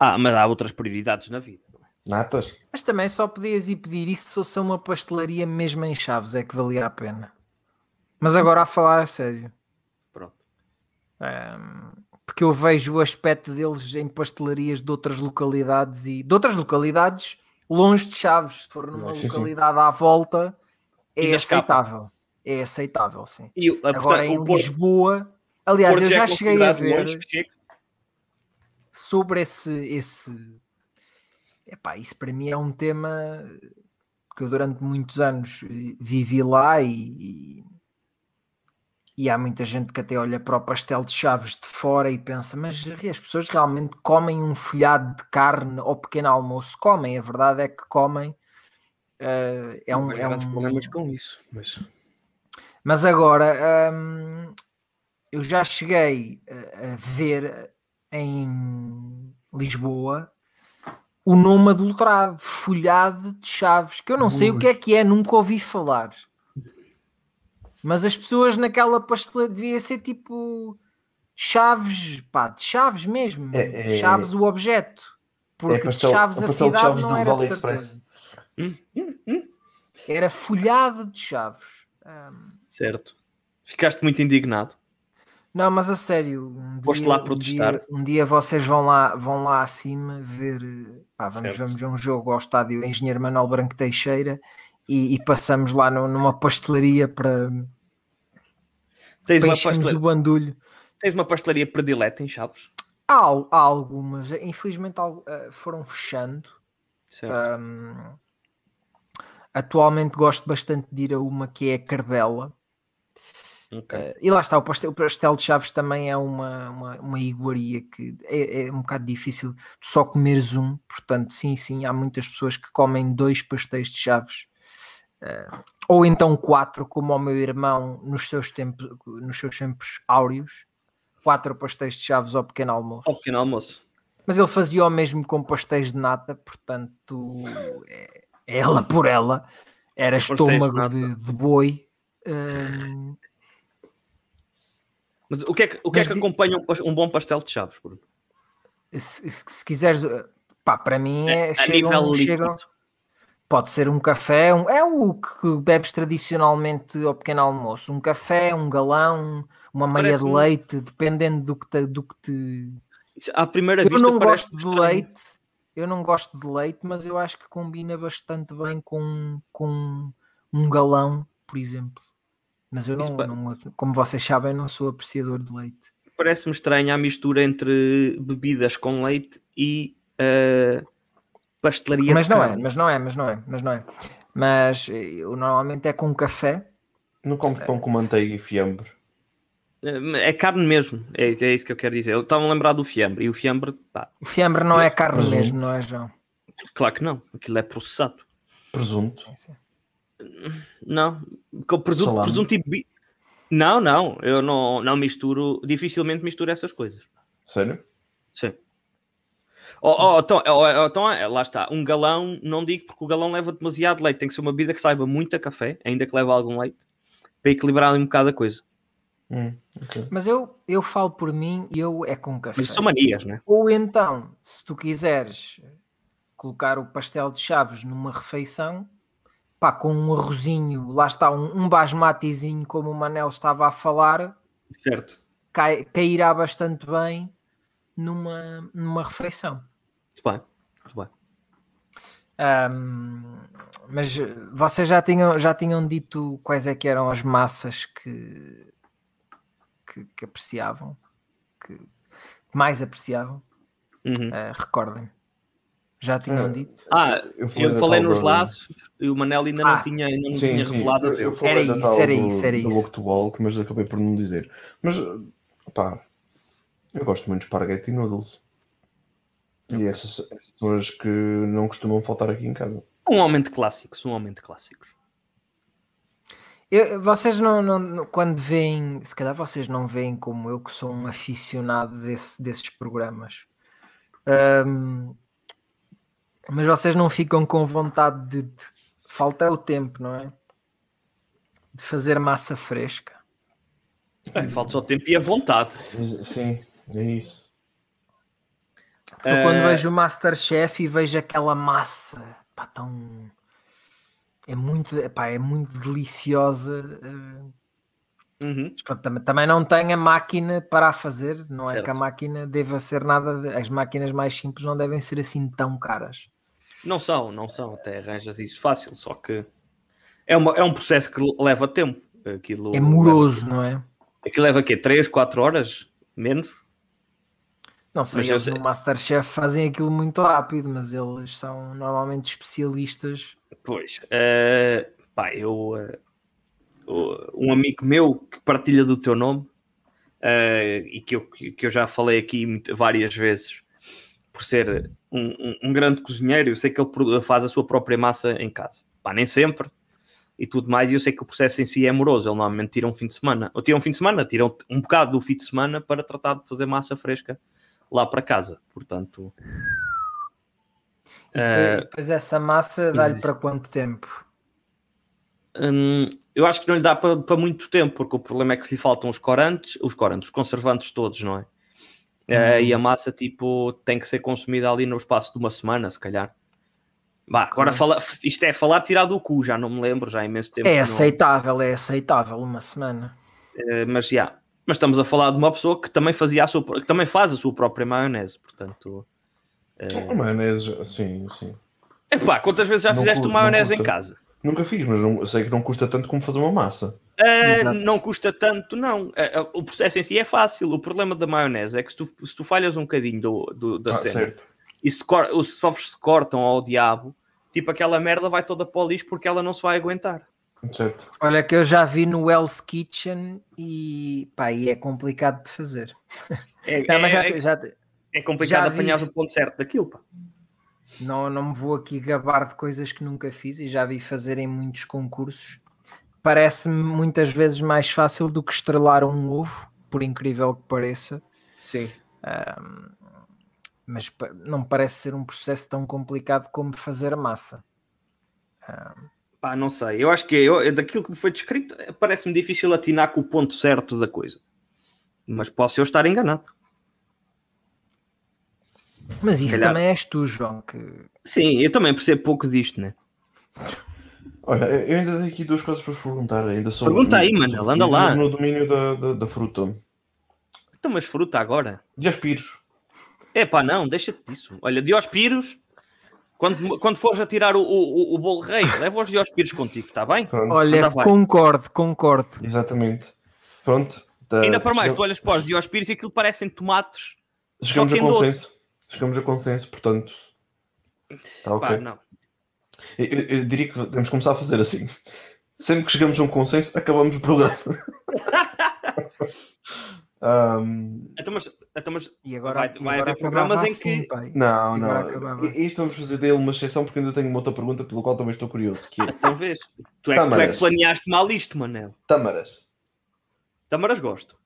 Speaker 3: Ah, mas há outras prioridades na vida.
Speaker 4: Natas. É
Speaker 2: Mas também só podias ir pedir isso se fosse uma pastelaria mesmo em Chaves, é que valia a pena. Mas agora a falar a sério.
Speaker 3: Pronto.
Speaker 2: Ahm, porque eu vejo o aspecto deles em pastelarias de outras localidades e de outras localidades longe de Chaves, se for numa
Speaker 4: Sim, sim.
Speaker 2: localidade à volta,
Speaker 3: E
Speaker 2: é
Speaker 3: da escapa.
Speaker 2: aceitável. É aceitável, sim.
Speaker 3: E, ah,
Speaker 2: Agora
Speaker 3: portanto,
Speaker 2: em
Speaker 3: o Porto-
Speaker 2: Lisboa, aliás,
Speaker 3: Porto
Speaker 2: eu já
Speaker 3: é
Speaker 2: cheguei a
Speaker 3: considerado
Speaker 2: ver
Speaker 3: longe que chega.
Speaker 2: sobre esse esse Epá, isso para mim é um tema que eu durante muitos anos eh, vivi lá e, e, e há muita gente que até olha para o pastel de chaves de fora e pensa, mas as pessoas realmente comem um folhado de carne ao pequeno almoço? Comem, a verdade é que comem. eh, é um,
Speaker 3: Mas
Speaker 2: é
Speaker 3: grandes
Speaker 2: um-
Speaker 3: problemas com isso. Mas...
Speaker 2: mas agora hum, eu já cheguei a, a ver em Lisboa o nome adulterado, folhado de chaves, que eu não sei o que é que é, nunca ouvi falar. Mas as pessoas naquela pastelaria devia ser tipo chaves, pá, de chaves mesmo,
Speaker 4: É- é-
Speaker 2: chaves o objeto, porque
Speaker 4: pastel-
Speaker 2: de chaves
Speaker 4: é
Speaker 2: a
Speaker 4: pastel de
Speaker 2: cidade
Speaker 4: Chaves
Speaker 2: não
Speaker 4: do
Speaker 2: era de
Speaker 4: AliExpress.
Speaker 2: certeza. Era folhado de chaves. Hum,
Speaker 3: Certo. Ficaste muito indignado.
Speaker 2: Não, mas a sério, um
Speaker 3: Foste
Speaker 2: dia,
Speaker 3: lá
Speaker 2: um
Speaker 3: protestar.
Speaker 2: dia- um dia vocês vão lá, vão lá acima ver. eh, pá, vamos,
Speaker 3: Certo.
Speaker 2: vamos a um jogo ao estádio Engenheiro Manuel Branco Teixeira e, e passamos lá no- numa pastelaria para
Speaker 3: Tens uma,
Speaker 2: enchermos
Speaker 3: pastelaria,
Speaker 2: o bandulho.
Speaker 3: tens uma pastelaria predileta em Chaves?
Speaker 2: Há, al- há algumas, eh, infelizmente al- eh, foram fechando.
Speaker 3: Certo.
Speaker 2: Hum, atualmente gosto bastante de ir a uma que é a Carbela.
Speaker 3: Ok.
Speaker 2: Eh, E lá está, o pastel, o pastel de chaves também é uma, uma, uma iguaria que é, é um bocado difícil de só comeres um. Portanto, sim, sim, há muitas pessoas que comem dois pastéis de chaves ou então quatro, como o meu irmão nos seus tempos, nos seus tempos áureos, quatro pastéis de chaves ao pequeno almoço.
Speaker 3: Ao pequeno almoço.
Speaker 2: Mas ele fazia o mesmo com pastéis de nata, portanto, é- ela por ela, era
Speaker 3: Pastéis de
Speaker 2: estômago
Speaker 3: nata.
Speaker 2: de, de boi. hum,
Speaker 3: Mas o que é que, o que, é
Speaker 2: Mas
Speaker 3: que
Speaker 2: di-
Speaker 3: acompanha um, pas- um bom pastel de chaves, Bruno?
Speaker 2: se, se- se quiseres, uh, pá, para mim é,
Speaker 3: A
Speaker 2: chega,
Speaker 3: nível
Speaker 2: um-
Speaker 3: líquido.
Speaker 2: chega- pode ser um café, um- é o que bebes tradicionalmente ao pequeno almoço, um café, um galão, uma meia
Speaker 3: Parece
Speaker 2: de
Speaker 3: um-
Speaker 2: leite, dependendo do que te, do que te...
Speaker 3: Isso, à primeira
Speaker 2: Eu
Speaker 3: vista
Speaker 2: não
Speaker 3: parece
Speaker 2: gosto de
Speaker 3: estranho.
Speaker 2: leite, eu não gosto de leite, mas eu acho que combina bastante bem com, com um galão, por exemplo. Mas eu
Speaker 3: Isso
Speaker 2: não,
Speaker 3: pa-
Speaker 2: não- como vocês sabem, não sou apreciador de leite.
Speaker 3: Parece-me estranha a mistura entre bebidas com leite e ah, pastelaria.
Speaker 2: Mas
Speaker 3: de
Speaker 2: não é,
Speaker 3: carne.
Speaker 2: mas não é, mas não é, mas não é. Mas eh, eu normalmente é com café.
Speaker 4: Não comes
Speaker 2: É.
Speaker 4: pão com manteiga e fiambre.
Speaker 3: É carne mesmo, é, é isso que eu quero dizer. Eu estava a lembrar do fiambre e o fiambre, pá,
Speaker 2: O fiambre não é carne
Speaker 4: Presunto.
Speaker 2: mesmo, não é, João?
Speaker 3: claro que não, aquilo é processado.
Speaker 4: Presunto.
Speaker 3: Não, com presunto,
Speaker 4: Salame.
Speaker 3: presunto e bi- Não, não, eu não, não misturo, dificilmente misturo essas coisas.
Speaker 4: Sério?
Speaker 3: Sim. Oh, oh, então, oh, oh, então, é, lá está, um galão, não digo porque o galão leva demasiado leite, tem que ser uma bebida que saiba muito a café, ainda que leve algum leite, para equilibrar ali um bocado a coisa.
Speaker 4: Hum, ok.
Speaker 2: Mas eu, eu falo por mim e eu é com café.
Speaker 3: Mas isso são manias, né?
Speaker 2: Ou então, se tu quiseres colocar o pastel de chaves numa refeição, pá, com um arrozinho, lá está um, um basmatizinho, como o Manel estava a falar,
Speaker 3: Certo.
Speaker 2: cai- cairá bastante bem numa, numa refeição.
Speaker 3: Muito bem, muito bem.
Speaker 2: Ahm, mas eh, vocês já tinham, já tinham dito quais é que eram as massas que, que, que apreciavam, que mais apreciavam?
Speaker 3: Uhum.
Speaker 2: Eh, Recordem-me. Já tinham
Speaker 4: Eh,
Speaker 2: dito?
Speaker 3: Ah,
Speaker 4: eu
Speaker 3: eu
Speaker 4: é da
Speaker 3: falei
Speaker 4: tal
Speaker 3: nos
Speaker 4: do-
Speaker 5: laços.
Speaker 3: laços e o Manel ainda
Speaker 2: Ah.
Speaker 3: não tinha, ainda não
Speaker 4: Sim,
Speaker 3: tinha
Speaker 4: sim.
Speaker 3: revelado.
Speaker 4: Eu, eu falei
Speaker 2: Era
Speaker 4: da
Speaker 2: isso,
Speaker 4: tal
Speaker 2: era
Speaker 4: do-
Speaker 2: isso, era
Speaker 4: do
Speaker 2: isso.
Speaker 4: Walk to Walk, mas acabei por não dizer. Mas, pá, eu gosto muito de esparguete e noodles. E essas, essas são as que não costumam faltar aqui em casa.
Speaker 3: Um homem de clássicos, um homem de clássicos.
Speaker 2: Eu- vocês não, não- não- quando veem, se calhar vocês não veem como eu que sou um aficionado desse- desses programas, Ahm, mas vocês não ficam com vontade de, de faltar o tempo, não é? De fazer massa fresca.
Speaker 3: Bem, falta só o tempo e a vontade.
Speaker 4: Mas, Sim, é isso.
Speaker 2: Eu quando
Speaker 3: Eh,
Speaker 2: vejo o Masterchef e vejo aquela massa, pá, tão. É muito, pá, é muito deliciosa. eh,
Speaker 3: uhum.
Speaker 2: Mas pronto, também, também não tem a máquina para a fazer, não é que a
Speaker 3: Certo.
Speaker 2: máquina deva ser nada. de- as máquinas mais simples não devem ser assim tão caras.
Speaker 3: Não são, não são. Até arranjas isso fácil, só que é, uma, é um processo que leva tempo. Aquilo
Speaker 2: É moroso, não é?
Speaker 3: Leva, aquilo leva quê? 3, 4 horas? Menos?
Speaker 2: Não sei,
Speaker 3: Mas eu
Speaker 2: eles
Speaker 3: sei-
Speaker 2: no Masterchef fazem aquilo muito rápido, mas eles são normalmente especialistas.
Speaker 3: Pois. eh, pá, eu. eh, o- um amigo meu que partilha do teu nome eh, e que eu, que eu já falei aqui muito- várias vezes por ser um, um- um grande cozinheiro, eu sei que ele produ- faz a sua própria massa em casa. Pá, nem sempre e tudo mais, e eu sei que o processo em si é amoroso. Ele normalmente tira um fim de semana, ou tira um fim de semana, tira um, um bocado do fim de semana para tratar de fazer massa fresca lá para casa. Portanto,
Speaker 2: E
Speaker 3: Eh,
Speaker 2: depois, depois essa massa
Speaker 3: mas
Speaker 2: dá-lhe
Speaker 3: isso-
Speaker 2: para quanto tempo?
Speaker 3: Hum, eu acho que não lhe dá para muito tempo, porque o problema é que lhe faltam os corantes, os corantes, os conservantes todos, não é? Eh,
Speaker 4: Uhum.
Speaker 3: e a massa, tipo, tem que ser consumida ali no espaço de uma semana, se calhar. Vá, agora
Speaker 4: Uhum.
Speaker 3: fala, isto é falar tirado do cu, já não me lembro, já há imenso tempo. que
Speaker 2: É
Speaker 3: não-
Speaker 2: aceitável, é aceitável uma semana.
Speaker 3: eh, mas já. Mas estamos a falar de uma pessoa que também, fazia a sua, pro- que também faz a sua própria maionese, portanto.
Speaker 4: A É, maionese, sim, sim.
Speaker 3: Epá, quantas vezes já
Speaker 4: Não
Speaker 3: fizeste
Speaker 4: cu-
Speaker 3: uma maionese
Speaker 4: não
Speaker 3: em
Speaker 4: custa.
Speaker 3: casa?
Speaker 4: Nunca fiz, mas não, eu sei que não custa tanto como fazer uma massa.
Speaker 3: Ah,
Speaker 2: Exato.
Speaker 3: não custa tanto, não. Ah, ah, o processo em si é fácil. O problema da maionese é que se tu, se tu falhas um bocadinho do, do- da
Speaker 4: Ah,
Speaker 3: cena
Speaker 4: certo.
Speaker 3: e se, cor- os sofres se cortam ao diabo, tipo aquela merda vai toda para o lixo porque ela não se vai aguentar.
Speaker 4: Certo.
Speaker 2: Olha, que eu já vi no Hell's Kitchen e, pá, e é complicado de fazer.
Speaker 3: É,
Speaker 2: Não, mas
Speaker 3: é-
Speaker 2: já-
Speaker 3: é-
Speaker 2: já,
Speaker 3: é complicado
Speaker 2: já vi-
Speaker 3: apanhar o ponto certo daquilo. Pá.
Speaker 2: Não, não me vou aqui gabar de coisas que nunca fiz e já vi fazer em muitos concursos. Parece-me muitas vezes mais fácil do que estrelar um ovo, por incrível que pareça.
Speaker 6: Sim.
Speaker 2: Ahm, mas pa- não me parece ser um processo tão complicado como fazer massa.
Speaker 3: Pá, não sei. Eu acho que eu, daquilo que me foi descrito, eh, parece-me difícil atinar com o ponto certo da coisa. Mas posso eu estar enganado.
Speaker 2: Mas isso
Speaker 3: Calhar.
Speaker 2: também és tu, João, que
Speaker 3: Sim, eu também percebo pouco disto, né?
Speaker 4: Olha, eu eu ainda tenho aqui duas coisas para vos perguntar. Ainda sobre,
Speaker 3: Pergunta aí, Manel,
Speaker 4: sobre-
Speaker 3: anda lá.
Speaker 4: No domínio da, da, da fruta.
Speaker 3: Então, mas fruta agora.
Speaker 4: De aspiros.
Speaker 3: É pá, não, deixa-te disso. Olha, diospiros, quando, quando fores a tirar o, o, o- o bolo rei, leva os diospiros contigo, está bem?
Speaker 4: Pronto,
Speaker 2: Olha,
Speaker 3: Anda, vai.
Speaker 2: concordo, concordo.
Speaker 4: Exatamente. Pronto. tá-
Speaker 3: Ainda para mais,
Speaker 4: chegamos-
Speaker 3: tu olhas para os diospiros e aquilo parecem tomates.
Speaker 4: Chegamos
Speaker 3: só
Speaker 4: a
Speaker 3: quem doce.
Speaker 4: consenso. Chegamos a consenso, portanto. Está ok.
Speaker 3: Pá, não.
Speaker 4: Eu, eu- eu diria que devemos começar a fazer assim. Sempre que chegamos a um consenso, acabamos o programa. Ahm,
Speaker 3: Então, mas, então, mas
Speaker 2: E agora,
Speaker 3: Vai-
Speaker 2: e
Speaker 3: vai
Speaker 2: agora
Speaker 3: haver programas
Speaker 2: acabava
Speaker 3: em que-
Speaker 2: assim, pai.
Speaker 4: não,
Speaker 2: Agora
Speaker 4: não.
Speaker 2: acabava.
Speaker 4: Isto vamos fazer dele uma exceção porque ainda tenho uma outra pergunta pela qual também estou curioso. Que é,
Speaker 3: talvez. Tu é, que- tu é
Speaker 4: Tâmaras.
Speaker 3: que planeaste mal isto, Manel.
Speaker 4: Tâmaras.
Speaker 3: Tâmaras gosto.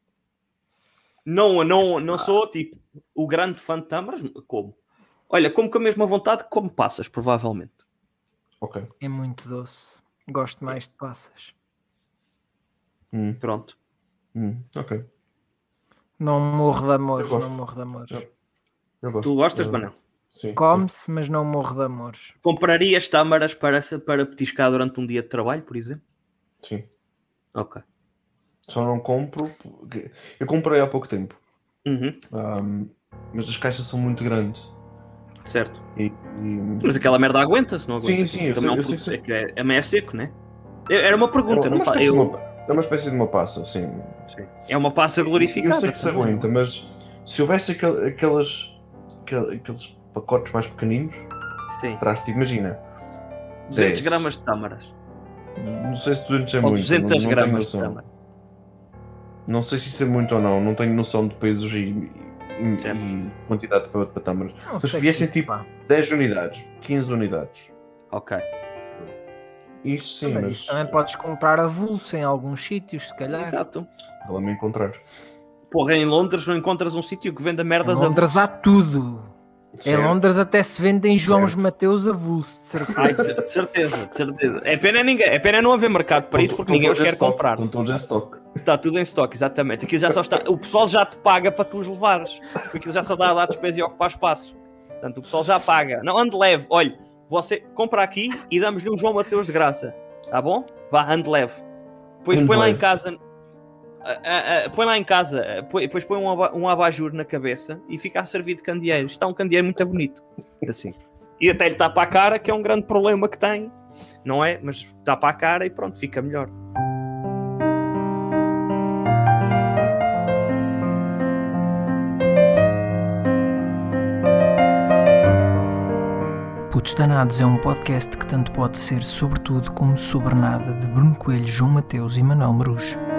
Speaker 3: Não, não,
Speaker 4: Ah.
Speaker 3: não sou tipo o grande fã de Tâmaras, como? Olha, como com a mesma vontade que como passas, provavelmente.
Speaker 4: Ok.
Speaker 2: É muito doce. Gosto mais de passas.
Speaker 4: Hum,
Speaker 3: Pronto.
Speaker 4: hum, ok.
Speaker 2: Não morro de amores,
Speaker 4: Eu gosto.
Speaker 2: não morro de amores.
Speaker 4: Eu- Eu gosto.
Speaker 3: Tu gostas,
Speaker 4: Eu-
Speaker 3: Manel?
Speaker 4: Sim.
Speaker 2: Come-se, mas não morro de amores.
Speaker 3: Comprarias Tâmaras para, para petiscar durante um dia de trabalho, por exemplo?
Speaker 4: Sim.
Speaker 3: Ok.
Speaker 4: sim. Só não compro. porque- Eu comprei há pouco tempo.
Speaker 3: Uhum,
Speaker 4: ahm, mas as caixas são muito grandes.
Speaker 3: certo.
Speaker 4: E, e-
Speaker 3: Mas aquela merda aguenta-se, não aguenta?
Speaker 4: Sim, sim, eu
Speaker 3: Também é um
Speaker 4: sei- eu sei
Speaker 3: produto- é que é, também é seco, né? É- Era uma pergunta,
Speaker 4: é,
Speaker 3: não
Speaker 4: uma
Speaker 3: fa-
Speaker 4: espécie de
Speaker 3: eu-
Speaker 4: uma- é uma espécie de uma passa, sim.
Speaker 3: é uma passa glorificada.
Speaker 4: Eu sei que se
Speaker 3: também.
Speaker 4: aguenta, mas se houvesse aquel- aquelas, aquel- aqueles pacotes mais pequeninos,
Speaker 3: Sim.
Speaker 4: atrás te imagina.
Speaker 3: 200
Speaker 4: 10.
Speaker 3: gramas de Tâmaras.
Speaker 4: Não sei se 200 é
Speaker 3: Ou
Speaker 4: muito.
Speaker 3: 200
Speaker 4: não, não
Speaker 3: gramas de
Speaker 4: tenho noção.
Speaker 3: Tâmaras.
Speaker 4: Não sei se isso é muito ou não, não tenho noção de pesos e, e-
Speaker 3: Certo.
Speaker 4: e quantidade para, para tâmaras.
Speaker 2: Não
Speaker 4: Mas
Speaker 2: sei
Speaker 4: se viessem
Speaker 2: que-
Speaker 4: tipo
Speaker 2: pá.
Speaker 4: 10 unidades, 15 unidades.
Speaker 3: Ok.
Speaker 4: Isso sim,
Speaker 2: mas
Speaker 4: mas,
Speaker 2: isso também podes comprar avulso em alguns sítios, se calhar.
Speaker 3: Exato.
Speaker 2: é
Speaker 4: ela me encontrar.
Speaker 3: Porra, em Londres não encontras um sítio que venda
Speaker 2: Em
Speaker 3: merdas a
Speaker 2: Londres há tudo. Em
Speaker 4: Certo.
Speaker 2: Londres até se vendem Joãos
Speaker 4: Certo.
Speaker 2: Mateus avulso, de certeza.
Speaker 3: Ai, de cer- de certeza, de certeza. É pena, ninguém, é pena não haver mercado para isso
Speaker 4: Com-
Speaker 3: porque
Speaker 4: com
Speaker 3: ninguém os
Speaker 4: todos em
Speaker 3: quer
Speaker 4: stock,
Speaker 3: comprar.
Speaker 4: Com todos em stock.
Speaker 3: Está Tá tudo em estoque, exatamente. Aquilo já só está, o pessoal já te paga para tu os levares. Porque aquilo já só dá lá despesa e ocupar espaço. Portanto, o pessoal já paga. Não, ande leve. Olha, você compra aqui e damos-lhe um João Mateus de graça. Tá bom? Vá, ande leve. Depois
Speaker 4: Ande
Speaker 3: põe lá em
Speaker 4: leve.
Speaker 3: casa. Ah, ah, ah, põe lá em casa, ah, põe- depois põe um, aba- um abajur na cabeça e fica a servir de candeeiro. Está um candeeiro muito bonito. Assim. E até lhe tapa a cara, que é um grande problema que tem. Não é? Mas tapa a cara e pronto, fica melhor.
Speaker 7: Putos Danados é um podcast que tanto pode ser sobre tudo como sobre nada de Bruno Coelho, João Mateus e Manuel Marujo.